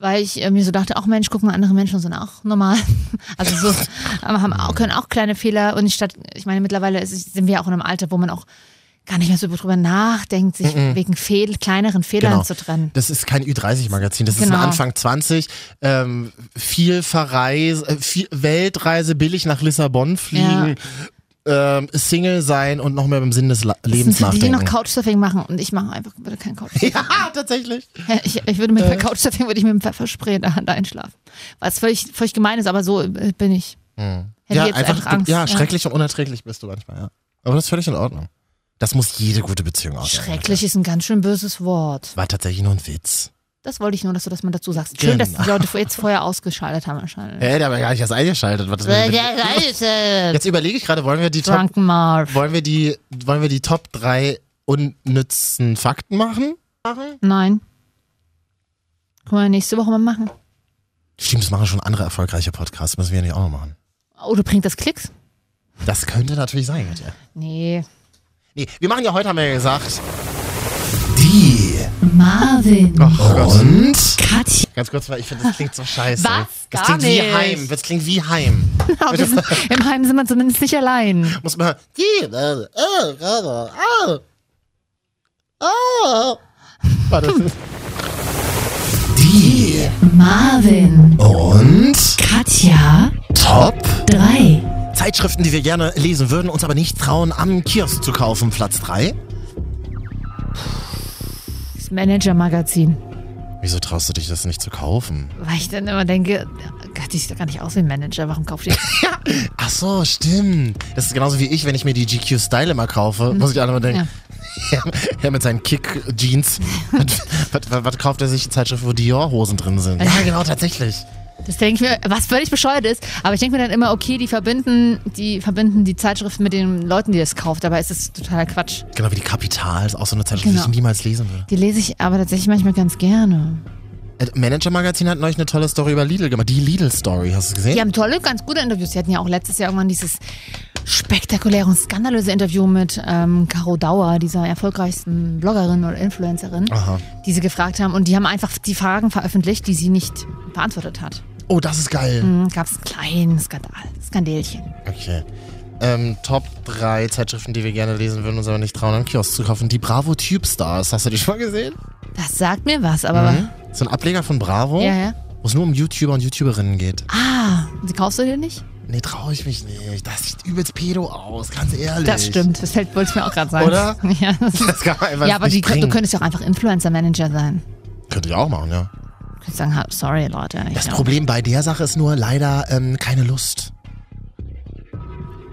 [SPEAKER 2] weil ich äh, mir so dachte, auch Mensch, gucken andere Menschen und sind auch normal. <laughs> Also so, aber haben auch, können auch kleine Fehler. Und statt, ich meine, mittlerweile ist, es- sind wir auch in einem Alter, wo man auch gar nicht mehr so drüber nachdenkt, sich wegen Fehl, kleineren Fehlern
[SPEAKER 1] Genau.
[SPEAKER 2] um zu trennen.
[SPEAKER 1] Das ist kein Ü30-Magazin, das ist
[SPEAKER 2] Genau.
[SPEAKER 1] ein Anfang 20. Ähm, viel Verreise, äh, viel Weltreise, billig nach Lissabon fliegen, ähm, Single sein und noch mehr beim Sinn des La
[SPEAKER 2] Das
[SPEAKER 1] Lebens
[SPEAKER 2] sind die, die noch
[SPEAKER 1] nachdenken.
[SPEAKER 2] Couchsurfing machen und ich mache einfach würde kein Couchsurfing.
[SPEAKER 1] <laughs> ja, tatsächlich.
[SPEAKER 2] <laughs> Ich, ich würde mit bei Couchsurfing würde ich mit dem Pfefferspray in der Hand einschlafen. Was völlig, völlig gemein ist, aber so äh, bin ich. Hätte
[SPEAKER 1] Hm. ja,
[SPEAKER 2] jetzt
[SPEAKER 1] einfach,
[SPEAKER 2] einfach Angst.
[SPEAKER 1] ja,
[SPEAKER 2] ja.
[SPEAKER 1] schrecklich und unerträglich bist du manchmal, ja. Aber das ist völlig in Ordnung. Das muss jede gute Beziehung aushalten.
[SPEAKER 2] Schrecklich ist ein ganz schön böses Wort.
[SPEAKER 1] War tatsächlich nur ein Witz.
[SPEAKER 2] Das wollte ich nur, dass du das mal dazu sagst.
[SPEAKER 1] Genau.
[SPEAKER 2] Schön, dass die Leute jetzt vorher ausgeschaltet haben wahrscheinlich.
[SPEAKER 1] Hä, der war gar nicht erst eingeschaltet. Was
[SPEAKER 2] Äh,
[SPEAKER 1] Jetzt überlege ich gerade, wollen wir die Top,
[SPEAKER 2] Drunken Marv.
[SPEAKER 1] wollen wir die, wollen wir die Top 3 unnützen Fakten machen?
[SPEAKER 2] Nein. Können wir nächste Woche mal machen.
[SPEAKER 1] Stimmt, das machen schon andere erfolgreiche Podcasts, müssen wir ja nicht auch noch machen.
[SPEAKER 2] Oder bringt Oh, das Klicks?
[SPEAKER 1] Das könnte natürlich sein, ja.
[SPEAKER 2] Nee.
[SPEAKER 1] Nee, wir machen ja heute, haben wir ja gesagt, die
[SPEAKER 6] Marvin.
[SPEAKER 1] Oh. und <laughs>
[SPEAKER 6] Katja.
[SPEAKER 1] ganz kurz, weil ich finde, das klingt so scheiße.
[SPEAKER 2] Was?
[SPEAKER 1] Das
[SPEAKER 2] Gar
[SPEAKER 1] klingt wie
[SPEAKER 2] nicht.
[SPEAKER 1] Heim, das klingt wie Heim.
[SPEAKER 2] Aber wir sind, Im Heim sind wir zumindest nicht allein.
[SPEAKER 1] Muss man die, äh, äh, äh, äh, äh. Warte. Die
[SPEAKER 6] Marvin.
[SPEAKER 1] und
[SPEAKER 6] Katja.
[SPEAKER 1] Top
[SPEAKER 6] 3.
[SPEAKER 1] Zeitschriften, die wir gerne lesen würden, uns aber nicht trauen, am Kiosk zu kaufen, Platz 3.
[SPEAKER 2] Das Manager-Magazin.
[SPEAKER 1] Wieso traust du dich das nicht zu kaufen?
[SPEAKER 2] Weil ich dann immer denke, Gott, die sieht doch gar nicht aus wie ein Manager. Warum kauft ihr das?
[SPEAKER 1] Ach so, stimmt. Das ist genauso wie ich, wenn ich mir die GQ Style immer kaufe, muss ich auch immer denken. Mhm. <laughs> Ja. ja, mit seinen <laughs> Kick-Jeans. was, was, was kauft er sich eine Zeitschrift, wo Dior-Hosen drin sind? Ja, genau, tatsächlich.
[SPEAKER 2] Das denke ich mir, was völlig bescheuert ist. Aber ich denke mir dann immer, okay, die verbinden die, verbinden die Zeitschrift mit den Leuten, die das kauft. Dabei ist das totaler Quatsch.
[SPEAKER 1] Genau wie die Kapital, ist auch so eine Zeitschrift, die
[SPEAKER 2] Genau.
[SPEAKER 1] ich niemals lesen würde.
[SPEAKER 2] Die lese ich aber tatsächlich manchmal ganz gerne.
[SPEAKER 1] Äh, Manager Magazin hat neulich eine tolle Story über Lidl gemacht. Die Lidl-Story, hast du es gesehen?
[SPEAKER 2] Die haben tolle, ganz gute Interviews. Die hatten ja auch letztes Jahr irgendwann dieses spektakuläre und skandalöse Interview mit ähm, Caro Dauer, dieser erfolgreichsten Bloggerin oder Influencerin,
[SPEAKER 1] Aha.
[SPEAKER 2] die sie gefragt haben. Und die haben einfach die Fragen veröffentlicht, die sie nicht beantwortet hat.
[SPEAKER 1] Oh, das ist geil.
[SPEAKER 2] Gab es einen kleinen Skandal, Skandälchen.
[SPEAKER 1] Okay. Ähm, Top 3 Zeitschriften, die wir gerne lesen würden, uns aber nicht trauen, am Kiosk zu kaufen. Die Bravo Tube Stars. Hast du die schon mal gesehen?
[SPEAKER 2] Das sagt mir was, aber
[SPEAKER 1] So ein Ableger von Bravo,
[SPEAKER 2] ja, ja.
[SPEAKER 1] wo es nur um YouTuber und YouTuberinnen geht.
[SPEAKER 2] Ah, die kaufst du dir nicht?
[SPEAKER 1] Nee, traue ich mich nicht. Das sieht übelst pedo aus, ganz ehrlich.
[SPEAKER 2] Das stimmt, das fällt, wollte ich mir auch gerade sagen.
[SPEAKER 1] Oder?
[SPEAKER 2] <laughs> Ja, das
[SPEAKER 1] <laughs> Das kann man einfach
[SPEAKER 2] ja aber
[SPEAKER 1] nicht
[SPEAKER 2] die, du
[SPEAKER 1] bringen.
[SPEAKER 2] könntest ja auch einfach Influencer-Manager sein.
[SPEAKER 1] Könnte ich auch machen, ja.
[SPEAKER 2] Du könntest sagen, ha- sorry Leute. ich
[SPEAKER 1] Das
[SPEAKER 2] glaub-
[SPEAKER 1] Problem bei der Sache ist nur leider ähm, keine Lust.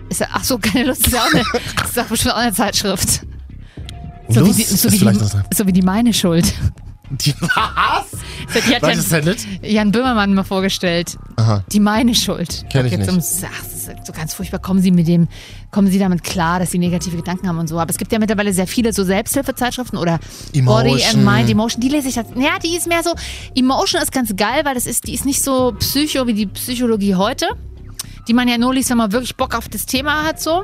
[SPEAKER 2] Ist ja, ach so, keine Lust, ist ja
[SPEAKER 1] <laughs>
[SPEAKER 2] auch eine, ist doch bestimmt auch eine Zeitschrift. So
[SPEAKER 1] Lust
[SPEAKER 2] wie, die, so,
[SPEAKER 1] ist
[SPEAKER 2] wie
[SPEAKER 1] vielleicht
[SPEAKER 2] die,
[SPEAKER 1] das.
[SPEAKER 2] so wie die meine Schuld.
[SPEAKER 1] <laughs> Die, was?
[SPEAKER 2] Die hat
[SPEAKER 1] Was ist
[SPEAKER 2] Jan,
[SPEAKER 1] denn das?
[SPEAKER 2] Jan Böhmermann mal vorgestellt.
[SPEAKER 1] Aha.
[SPEAKER 2] Die meine Schuld.
[SPEAKER 1] Kenn ich
[SPEAKER 2] Da
[SPEAKER 1] nicht.
[SPEAKER 2] geht's Um, ach, das ist so ganz furchtbar. Kommen Sie mit dem, kommen Sie damit klar, dass Sie negative Gedanken haben und so. Aber es gibt ja mittlerweile sehr viele so Selbsthilfezeitschriften oder Body and
[SPEAKER 1] Emotion.
[SPEAKER 2] Mind Emotion. Die lese ich jetzt. Ja, die ist mehr so. Emotion ist ganz geil, weil das ist, die ist nicht so psycho wie die Psychologie heute. Die man ja nur liest, wenn man wirklich Bock auf das Thema hat,
[SPEAKER 1] Hm.
[SPEAKER 2] so.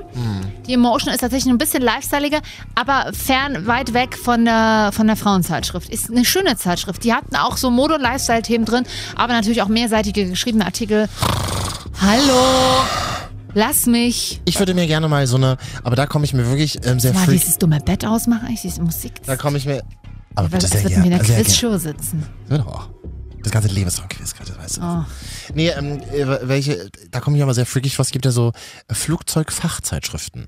[SPEAKER 2] Die Emotion ist tatsächlich ein bisschen lifestyleiger, aber fern, weit weg von der, von der Frauenzeitschrift. Ist eine schöne Zeitschrift. Die hatten auch so Mode- und Lifestyle-Themen drin, aber natürlich auch mehrseitige geschriebene Artikel. Hallo, lass mich.
[SPEAKER 1] Ich würde mir gerne mal so eine, aber da komme ich mir wirklich ähm, sehr
[SPEAKER 2] Mal
[SPEAKER 1] free.
[SPEAKER 2] dieses dumme Bett ausmachen, eigentlich diese Musik.
[SPEAKER 1] Da komme ich mir. Aber
[SPEAKER 2] Weil
[SPEAKER 1] bitte
[SPEAKER 2] es
[SPEAKER 1] sehr
[SPEAKER 2] wird mir in
[SPEAKER 1] gerne.
[SPEAKER 2] der
[SPEAKER 1] Sehr gerne.
[SPEAKER 2] Quizshow sitzen.
[SPEAKER 1] Ja, doch. Das ganze Leben ist doch ein Quiz, das weißt du.
[SPEAKER 2] Oh.
[SPEAKER 1] Nee, ähm, äh, welche, da komme ich aber sehr freakig vor. Es gibt ja so äh, Flugzeugfachzeitschriften.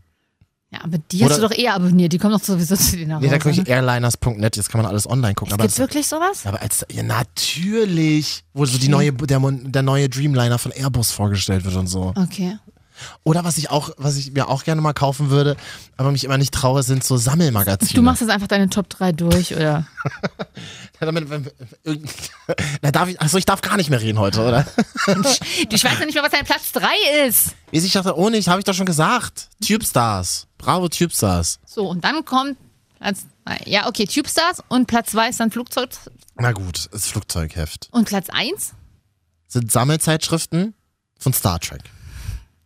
[SPEAKER 2] Ja, aber die hast
[SPEAKER 1] Oder-
[SPEAKER 2] du doch eh abonniert. Die kommen doch sowieso zu dir nach
[SPEAKER 1] Nee, da
[SPEAKER 2] Hause.
[SPEAKER 1] gucke
[SPEAKER 2] ne?
[SPEAKER 1] ich airliners.net, jetzt kann man alles online gucken.
[SPEAKER 2] Es
[SPEAKER 1] Aber,
[SPEAKER 2] gibt
[SPEAKER 1] das,
[SPEAKER 2] wirklich sowas?
[SPEAKER 1] aber als, ja, natürlich, wo so die neue, der, Mon- der neue Dreamliner von Airbus vorgestellt wird und so.
[SPEAKER 2] Okay.
[SPEAKER 1] Oder was ich auch, was ich mir auch gerne mal kaufen würde, aber mich immer nicht traue, sind so Sammelmagazine.
[SPEAKER 2] Du machst jetzt einfach deine Top 3 durch, <laughs> oder?
[SPEAKER 1] Ja, damit, wenn, irgend- <laughs> na, darf ich, achso, ich darf gar nicht mehr reden heute, oder?
[SPEAKER 2] Ich weiß ja nicht mehr, was dein Platz 3 ist.
[SPEAKER 1] Wie ich dachte, oh nicht, habe ich doch schon gesagt. Tubestars. Bravo, Tubestars.
[SPEAKER 2] So, und dann kommt Platz drei. Ja, okay, Tubestars und Platz 2 ist dann Flugzeug.
[SPEAKER 1] Na gut, das Flugzeugheft.
[SPEAKER 2] Und Platz 1?
[SPEAKER 1] Sind Sammelzeitschriften von Star Trek.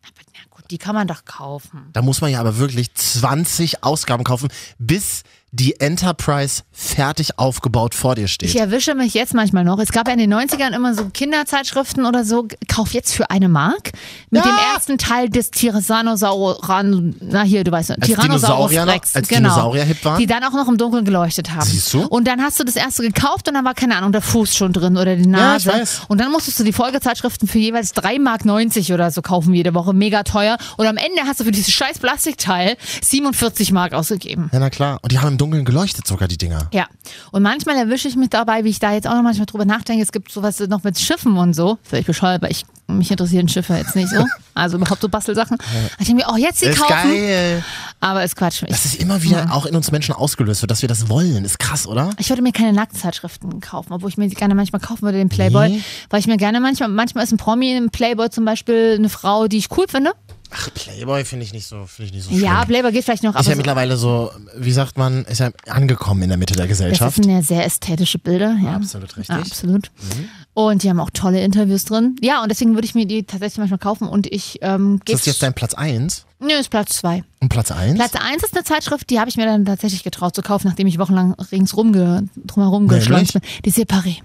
[SPEAKER 2] Na gut, die kann man doch kaufen.
[SPEAKER 1] Da muss man ja aber wirklich 20 Ausgaben kaufen, bis die Enterprise fertig aufgebaut vor dir
[SPEAKER 2] Ich
[SPEAKER 1] steht.
[SPEAKER 2] erwische mich jetzt manchmal noch. Es gab ja in den 90ern immer so Kinderzeitschriften oder so. Kauf jetzt für eine Mark. Mit
[SPEAKER 1] Ja.
[SPEAKER 2] dem ersten Teil des Tyrannosauran. Na hier, du weißt,
[SPEAKER 1] Als
[SPEAKER 2] Tyrannosaurus
[SPEAKER 1] Dinosaurier noch-
[SPEAKER 2] Rex.
[SPEAKER 1] als
[SPEAKER 2] genau.
[SPEAKER 1] Dinosaurier hip waren?
[SPEAKER 2] Die dann auch noch im Dunkeln geleuchtet haben.
[SPEAKER 1] Siehst du?
[SPEAKER 2] Und dann hast du das erste gekauft und dann war, keine Ahnung, der Fuß schon drin oder die Nase.
[SPEAKER 1] ich weiß.
[SPEAKER 2] Und dann musstest du die Folgezeitschriften für jeweils 3,90 Mark oder so kaufen jede Woche. Mega teuer. Und am Ende hast du für dieses scheiß Plastikteil 47 Mark ausgegeben.
[SPEAKER 1] Ja, na klar. Und die haben im Dunkeln geleuchtet sogar, die Dinger.
[SPEAKER 2] Ja, und manchmal erwische ich mich dabei, wie ich da jetzt auch noch manchmal drüber nachdenke, es gibt sowas noch mit Schiffen und so. Völlig bescheuert, aber ich, mich interessieren Schiffe jetzt nicht
[SPEAKER 1] <laughs>
[SPEAKER 2] so. Also überhaupt so Bastelsachen. Ich denke mir, oh, jetzt die
[SPEAKER 1] ist
[SPEAKER 2] kaufen.
[SPEAKER 1] geil.
[SPEAKER 2] Aber ist Quatsch.
[SPEAKER 1] Dass es
[SPEAKER 2] Ich,
[SPEAKER 1] immer wieder auch in uns Menschen ausgelöst wird, dass wir das wollen. Ist krass, oder?
[SPEAKER 2] ich würde mir keine Nacktzeitschriften kaufen, obwohl ich mir die gerne manchmal kaufen würde, den Playboy.
[SPEAKER 1] Nee.
[SPEAKER 2] Weil ich mir gerne manchmal, manchmal ist ein Promi im Playboy zum Beispiel eine Frau, die ich cool finde.
[SPEAKER 1] Ach, Playboy finde ich nicht so, finde ich nicht so
[SPEAKER 2] Ja, Playboy geht vielleicht noch, aber
[SPEAKER 1] ist ja
[SPEAKER 2] so,
[SPEAKER 1] mittlerweile so, wie sagt man, ist ja angekommen in der Mitte der
[SPEAKER 2] das
[SPEAKER 1] Gesellschaft.
[SPEAKER 2] sind ja sehr ästhetische Bilder. Ja.
[SPEAKER 1] Absolut richtig. Mhm.
[SPEAKER 2] Ja, absolut. Und die haben auch tolle Interviews drin. Ja, und deswegen würde ich mir die tatsächlich manchmal kaufen und ich ähm,
[SPEAKER 1] Ist
[SPEAKER 2] gehe.
[SPEAKER 1] das jetzt dein Platz 1?
[SPEAKER 2] Nö, ist Platz zwei.
[SPEAKER 1] Und Platz 1?
[SPEAKER 2] Platz eins ist eine Zeitschrift, die habe ich mir dann tatsächlich getraut zu kaufen, nachdem ich wochenlang ringsrum ge drumherum
[SPEAKER 1] Nämlich?
[SPEAKER 2] geschleust bin. Die ist Paris.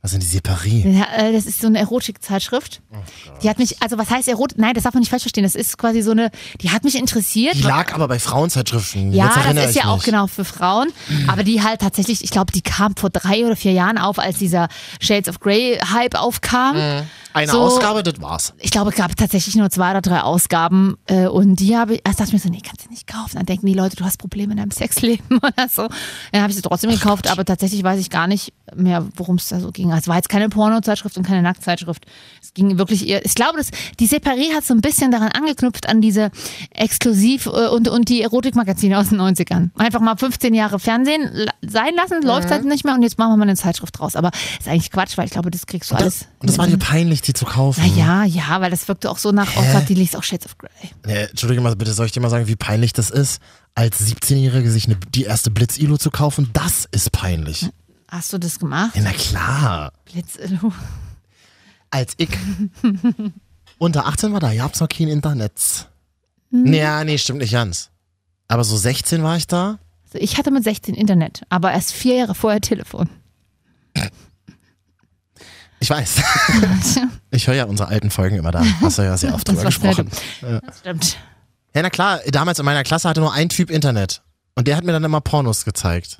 [SPEAKER 1] Was sind die Separie?
[SPEAKER 2] Ja, äh, Das ist so eine Erotikzeitschrift.
[SPEAKER 1] Oh
[SPEAKER 2] die hat mich, also was heißt Erotik? Nein, das darf man nicht falsch verstehen. Das ist quasi so eine, die hat mich interessiert.
[SPEAKER 1] Die lag aber bei Frauenzeitschriften.
[SPEAKER 2] Ja,
[SPEAKER 1] jetzt erinnere
[SPEAKER 2] das ist
[SPEAKER 1] ich
[SPEAKER 2] ja auch
[SPEAKER 1] mich.
[SPEAKER 2] genau für Frauen. Aber die halt tatsächlich, ich glaube, die kam vor drei oder vier Jahren auf, als dieser Shades of Grey Hype aufkam.
[SPEAKER 1] Mhm. Eine
[SPEAKER 2] So-
[SPEAKER 1] Ausgabe, das war's.
[SPEAKER 2] Ich glaube, es gab tatsächlich nur zwei oder drei Ausgaben. Äh, und die habe ich, erst dachte ich mir so, nee, kannst du nicht kaufen. Dann denken die Leute, du hast Probleme in deinem Sexleben <laughs> oder so. Dann habe ich sie trotzdem gekauft, aber tatsächlich weiß ich gar nicht mehr, worum es da so ging. Also Es war jetzt keine Pornozeitschrift und keine Nacktzeitschrift. Es ging wirklich eher, ich glaube, das, die Separé hat so ein bisschen daran angeknüpft an diese Exklusiv- äh, und, und die Erotikmagazine aus den 90ern. Einfach mal 15 Jahre Fernsehen la- sein lassen,
[SPEAKER 1] Mhm.
[SPEAKER 2] läuft halt nicht mehr und jetzt machen wir mal eine Zeitschrift draus. Aber ist eigentlich Quatsch, weil ich glaube, das kriegst du alles.
[SPEAKER 1] Und das war dir peinlich, die zu kaufen.
[SPEAKER 2] Naja, ja, weil das wirkte auch so nach, oh Gott, die liest auch Shades of Grey.
[SPEAKER 1] Nee, Entschuldige mal, bitte soll ich dir mal sagen, wie peinlich das ist, als 17-Jährige sich ne, die erste Blitz-Ilo zu kaufen? Das ist peinlich.
[SPEAKER 2] Hast du das gemacht?
[SPEAKER 1] Ja, na klar.
[SPEAKER 2] Blitz, äh, du.
[SPEAKER 1] Als
[SPEAKER 2] <laughs>
[SPEAKER 1] ich unter 18 war, da gab's noch kein Internet.
[SPEAKER 2] Hm?
[SPEAKER 1] Naja, nee, stimmt nicht ganz. Aber so 16 war ich da.
[SPEAKER 2] Also ich hatte mit 16 Internet, aber erst vier Jahre vorher Telefon. <laughs>
[SPEAKER 1] Ich weiß. <laughs> Ich höre ja unsere alten Folgen immer da. Hast du ja sehr oft drüber
[SPEAKER 2] <laughs> Das war sehr
[SPEAKER 1] gesprochen.
[SPEAKER 2] Das stimmt.
[SPEAKER 1] Ja, na klar, damals in meiner Klasse hatte nur ein Typ Internet. Und der hat mir dann immer Pornos gezeigt.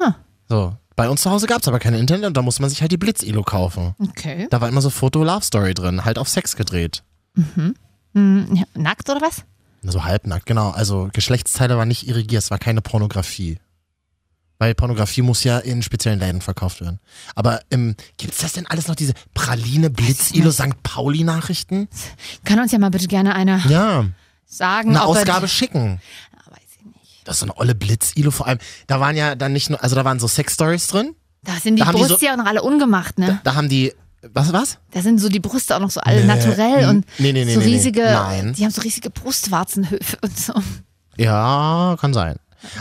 [SPEAKER 2] Huh.
[SPEAKER 1] So. Bei uns zu Hause gab's aber kein Internet und da musste man sich halt die Blitz-Elo kaufen.
[SPEAKER 2] Okay.
[SPEAKER 1] Da war immer so Foto-Love-Story drin, halt auf Sex gedreht.
[SPEAKER 2] Hm, ja, nackt oder was?
[SPEAKER 1] So halbnackt, genau. Also Geschlechtsteile waren nicht irrigiert, es war keine Pornografie. Weil Pornografie muss ja in speziellen Läden verkauft werden. Aber ähm, gibt's das denn alles noch, diese Praline, Blitzilo, St. Pauli-Nachrichten?
[SPEAKER 2] Kann uns ja mal bitte gerne einer
[SPEAKER 1] Ja,
[SPEAKER 2] sagen.
[SPEAKER 1] eine
[SPEAKER 2] ob er-
[SPEAKER 1] Ausgabe schicken.
[SPEAKER 2] Ah, weiß ich nicht.
[SPEAKER 1] Das ist so eine olle Blitzilo vor allem. Da waren ja dann nicht nur, also da waren so Sex-Stories drin.
[SPEAKER 2] Da sind die
[SPEAKER 1] Da haben die so-
[SPEAKER 2] Brüste ja auch noch alle ungemacht, ne?
[SPEAKER 1] Da haben die, was, was?
[SPEAKER 2] Da sind so die Brüste auch noch so alle
[SPEAKER 1] Nee, Hm.
[SPEAKER 2] naturell und
[SPEAKER 1] nee, nee, nee,
[SPEAKER 2] so
[SPEAKER 1] nee, nee.
[SPEAKER 2] riesige,
[SPEAKER 1] Nein.
[SPEAKER 2] die haben so riesige Brustwarzenhöfe und so.
[SPEAKER 1] Ja, kann sein.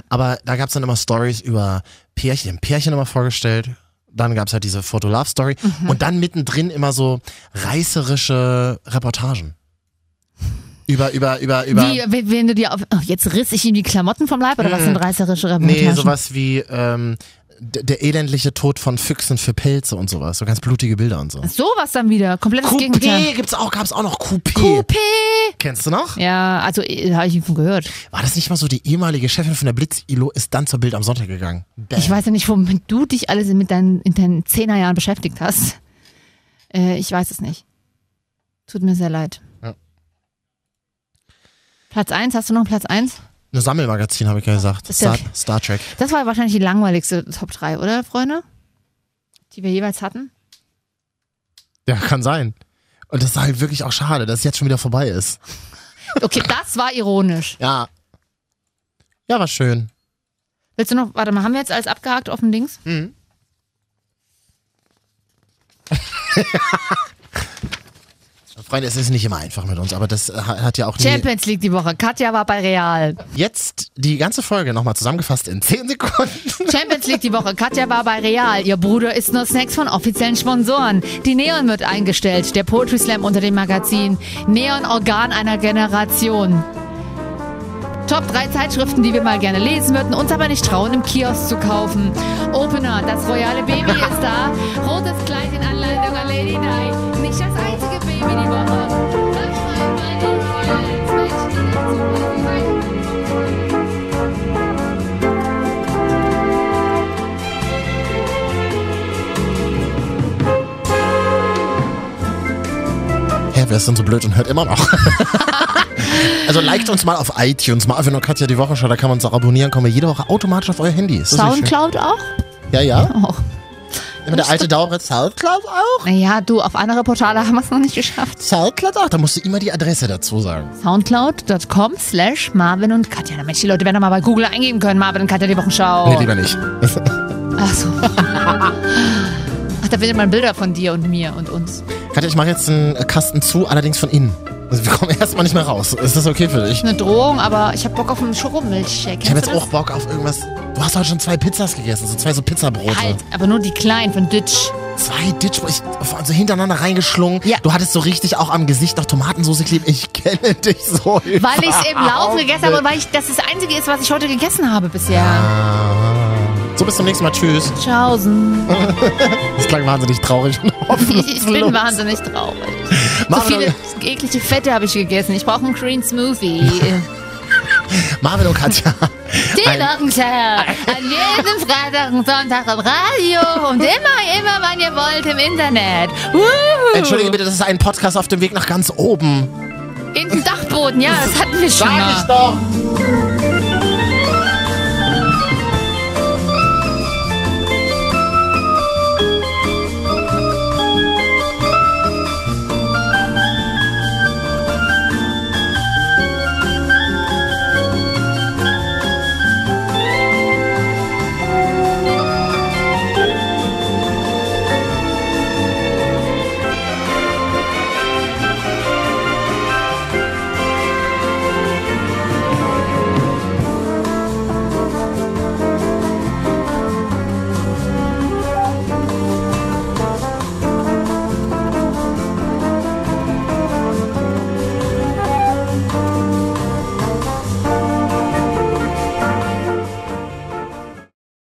[SPEAKER 1] Aber da gab's dann immer Stories über Pärchen, die haben Pärchen immer vorgestellt. Dann gab's halt diese Foto-Love-Story.
[SPEAKER 2] Mhm.
[SPEAKER 1] Und dann mittendrin immer so reißerische Reportagen. Über, über, über, über.
[SPEAKER 2] Wie, äh, wenn- wenn du dir auf, oh, jetzt riss ich ihm die Klamotten vom Leib oder was sind reißerische Reportagen?
[SPEAKER 1] Hm. nee, sowas wie ähm, d- der elendliche Tod von Füchsen für Pelze und sowas. So ganz blutige Bilder und so.
[SPEAKER 2] Sowas dann wieder. Komplettes
[SPEAKER 1] Coupé
[SPEAKER 2] Gegenteil.
[SPEAKER 1] gibt's auch, gab's auch noch Coupé.
[SPEAKER 2] Coupé.
[SPEAKER 1] Kennst du noch?
[SPEAKER 2] Ja, also äh, habe ich von gehört.
[SPEAKER 1] War das nicht mal so, die ehemalige Chefin von der Blitz-ILO ist dann zur Bild am Sonntag gegangen? Bam.
[SPEAKER 2] Ich weiß ja nicht, womit du dich alles mit deinen, in deinen Zehnerjahren beschäftigt hast. Äh, ich weiß es nicht. Tut mir sehr leid.
[SPEAKER 1] Ja.
[SPEAKER 2] Platz 1, hast du noch Platz 1?
[SPEAKER 1] Ein Sammelmagazin, habe ich ja gesagt.
[SPEAKER 2] Das ist ja-
[SPEAKER 1] Star, Star Trek.
[SPEAKER 2] Das war wahrscheinlich die langweiligste Top 3, oder, Freunde? Die wir jeweils hatten.
[SPEAKER 1] Ja, kann sein. Und das ist halt wirklich auch schade, dass es jetzt schon wieder vorbei ist.
[SPEAKER 2] Okay, das war ironisch.
[SPEAKER 1] Ja. Ja, war schön.
[SPEAKER 2] Willst du noch, warte mal, haben wir jetzt alles abgehakt auf dem Dings?
[SPEAKER 1] <laughs> Freunde, es ist nicht immer einfach mit uns, aber das äh, hat ja auch nie-
[SPEAKER 2] Champions League die Woche. Katja war bei Real.
[SPEAKER 1] Jetzt die ganze Folge nochmal zusammengefasst in 10 Sekunden. <laughs>
[SPEAKER 2] Champions League die Woche. Katja war bei Real. Ihr Bruder isst nur Snacks von offiziellen Sponsoren. Die Neon wird eingestellt. Der Poetry Slam unter dem Magazin. Neon Organ einer Generation. Top 3 Zeitschriften, die wir mal gerne lesen würden, uns aber nicht trauen, im Kiosk zu kaufen. Opener, das royale <laughs> Baby ist da. Rotes Kleid in Anleitung an Lady Night. Nicht das einzige Baby die Woche. Manchmal meine ich, als Menschen in der Zukunft wie weit
[SPEAKER 1] Hä, wer ist denn so blöd und hört immer noch? <laughs> also liked uns mal auf iTunes, mal einfach nur Katja die Wochenschau, da kann man uns auch abonnieren, kommen wir jede Woche automatisch auf euer Handy. Ist das nicht schön?
[SPEAKER 2] Soundcloud auch?
[SPEAKER 1] Ja, ja.
[SPEAKER 2] Auch.
[SPEAKER 1] Immer der alte Dauer Soundcloud auch?
[SPEAKER 2] Naja, du, auf andere Portale haben wir es noch nicht geschafft.
[SPEAKER 1] Soundcloud auch, da musst du immer die Adresse dazu sagen.
[SPEAKER 2] Soundcloud.com slash Marvin und Katja. Na Mensch, die Leute werden doch mal bei Google eingeben können. Marvin und Katja, die Wochenschau.
[SPEAKER 1] Nee, lieber nicht.
[SPEAKER 2] Ach so. Ach, da findet man Bilder von dir und mir und uns.
[SPEAKER 1] Katja, ich mache jetzt einen äh, Kasten zu, allerdings von innen. Also wir kommen <laughs> erstmal nicht mehr raus. Ist das okay für dich?
[SPEAKER 2] Eine Drohung, aber ich habe Bock auf einen Schokobmilchshake.
[SPEAKER 1] Ich habe
[SPEAKER 2] Kennst
[SPEAKER 1] jetzt
[SPEAKER 2] du
[SPEAKER 1] auch Bock auf irgendwas. Du hast heute schon zwei Pizzas gegessen, so zwei so Pizzabrote.
[SPEAKER 2] das? Halt, aber nur die kleinen von Ditch.
[SPEAKER 1] Zwei Ditch, ich also hintereinander reingeschlungen.
[SPEAKER 2] Ja.
[SPEAKER 1] Du hattest so richtig auch am Gesicht noch Tomatensoße kleben. Ich kenne dich so.
[SPEAKER 2] Weil ich
[SPEAKER 1] <laughs>
[SPEAKER 2] es im Laufen gegessen habe und weil ich, das das Einzige ist, was ich heute gegessen habe bisher.
[SPEAKER 1] Ah. So, bis zum nächsten Mal. Tschüss. <laughs>
[SPEAKER 2] Tschaußen.
[SPEAKER 1] Das klang wahnsinnig traurig und hoffnungslos.
[SPEAKER 2] <laughs> Ich, ich bin wahnsinnig traurig. So
[SPEAKER 1] Marvin,
[SPEAKER 2] viele eklige Fette habe ich gegessen. Ich brauche einen Green
[SPEAKER 1] <laughs>
[SPEAKER 2] Smoothie.
[SPEAKER 1] und, Marvin und
[SPEAKER 2] <laughs>
[SPEAKER 1] Katja.
[SPEAKER 2] Die
[SPEAKER 1] Ein-
[SPEAKER 2] Lockenschau. An jedem Freitag und Sonntag im Radio und immer, immer, wann ihr wollt im Internet. Wuhu.
[SPEAKER 1] Entschuldige bitte, das ist ein Podcast auf dem Weg nach ganz oben.
[SPEAKER 2] Genau. In den Dachboden, ja, das hatten wir schon. mal.
[SPEAKER 1] doch.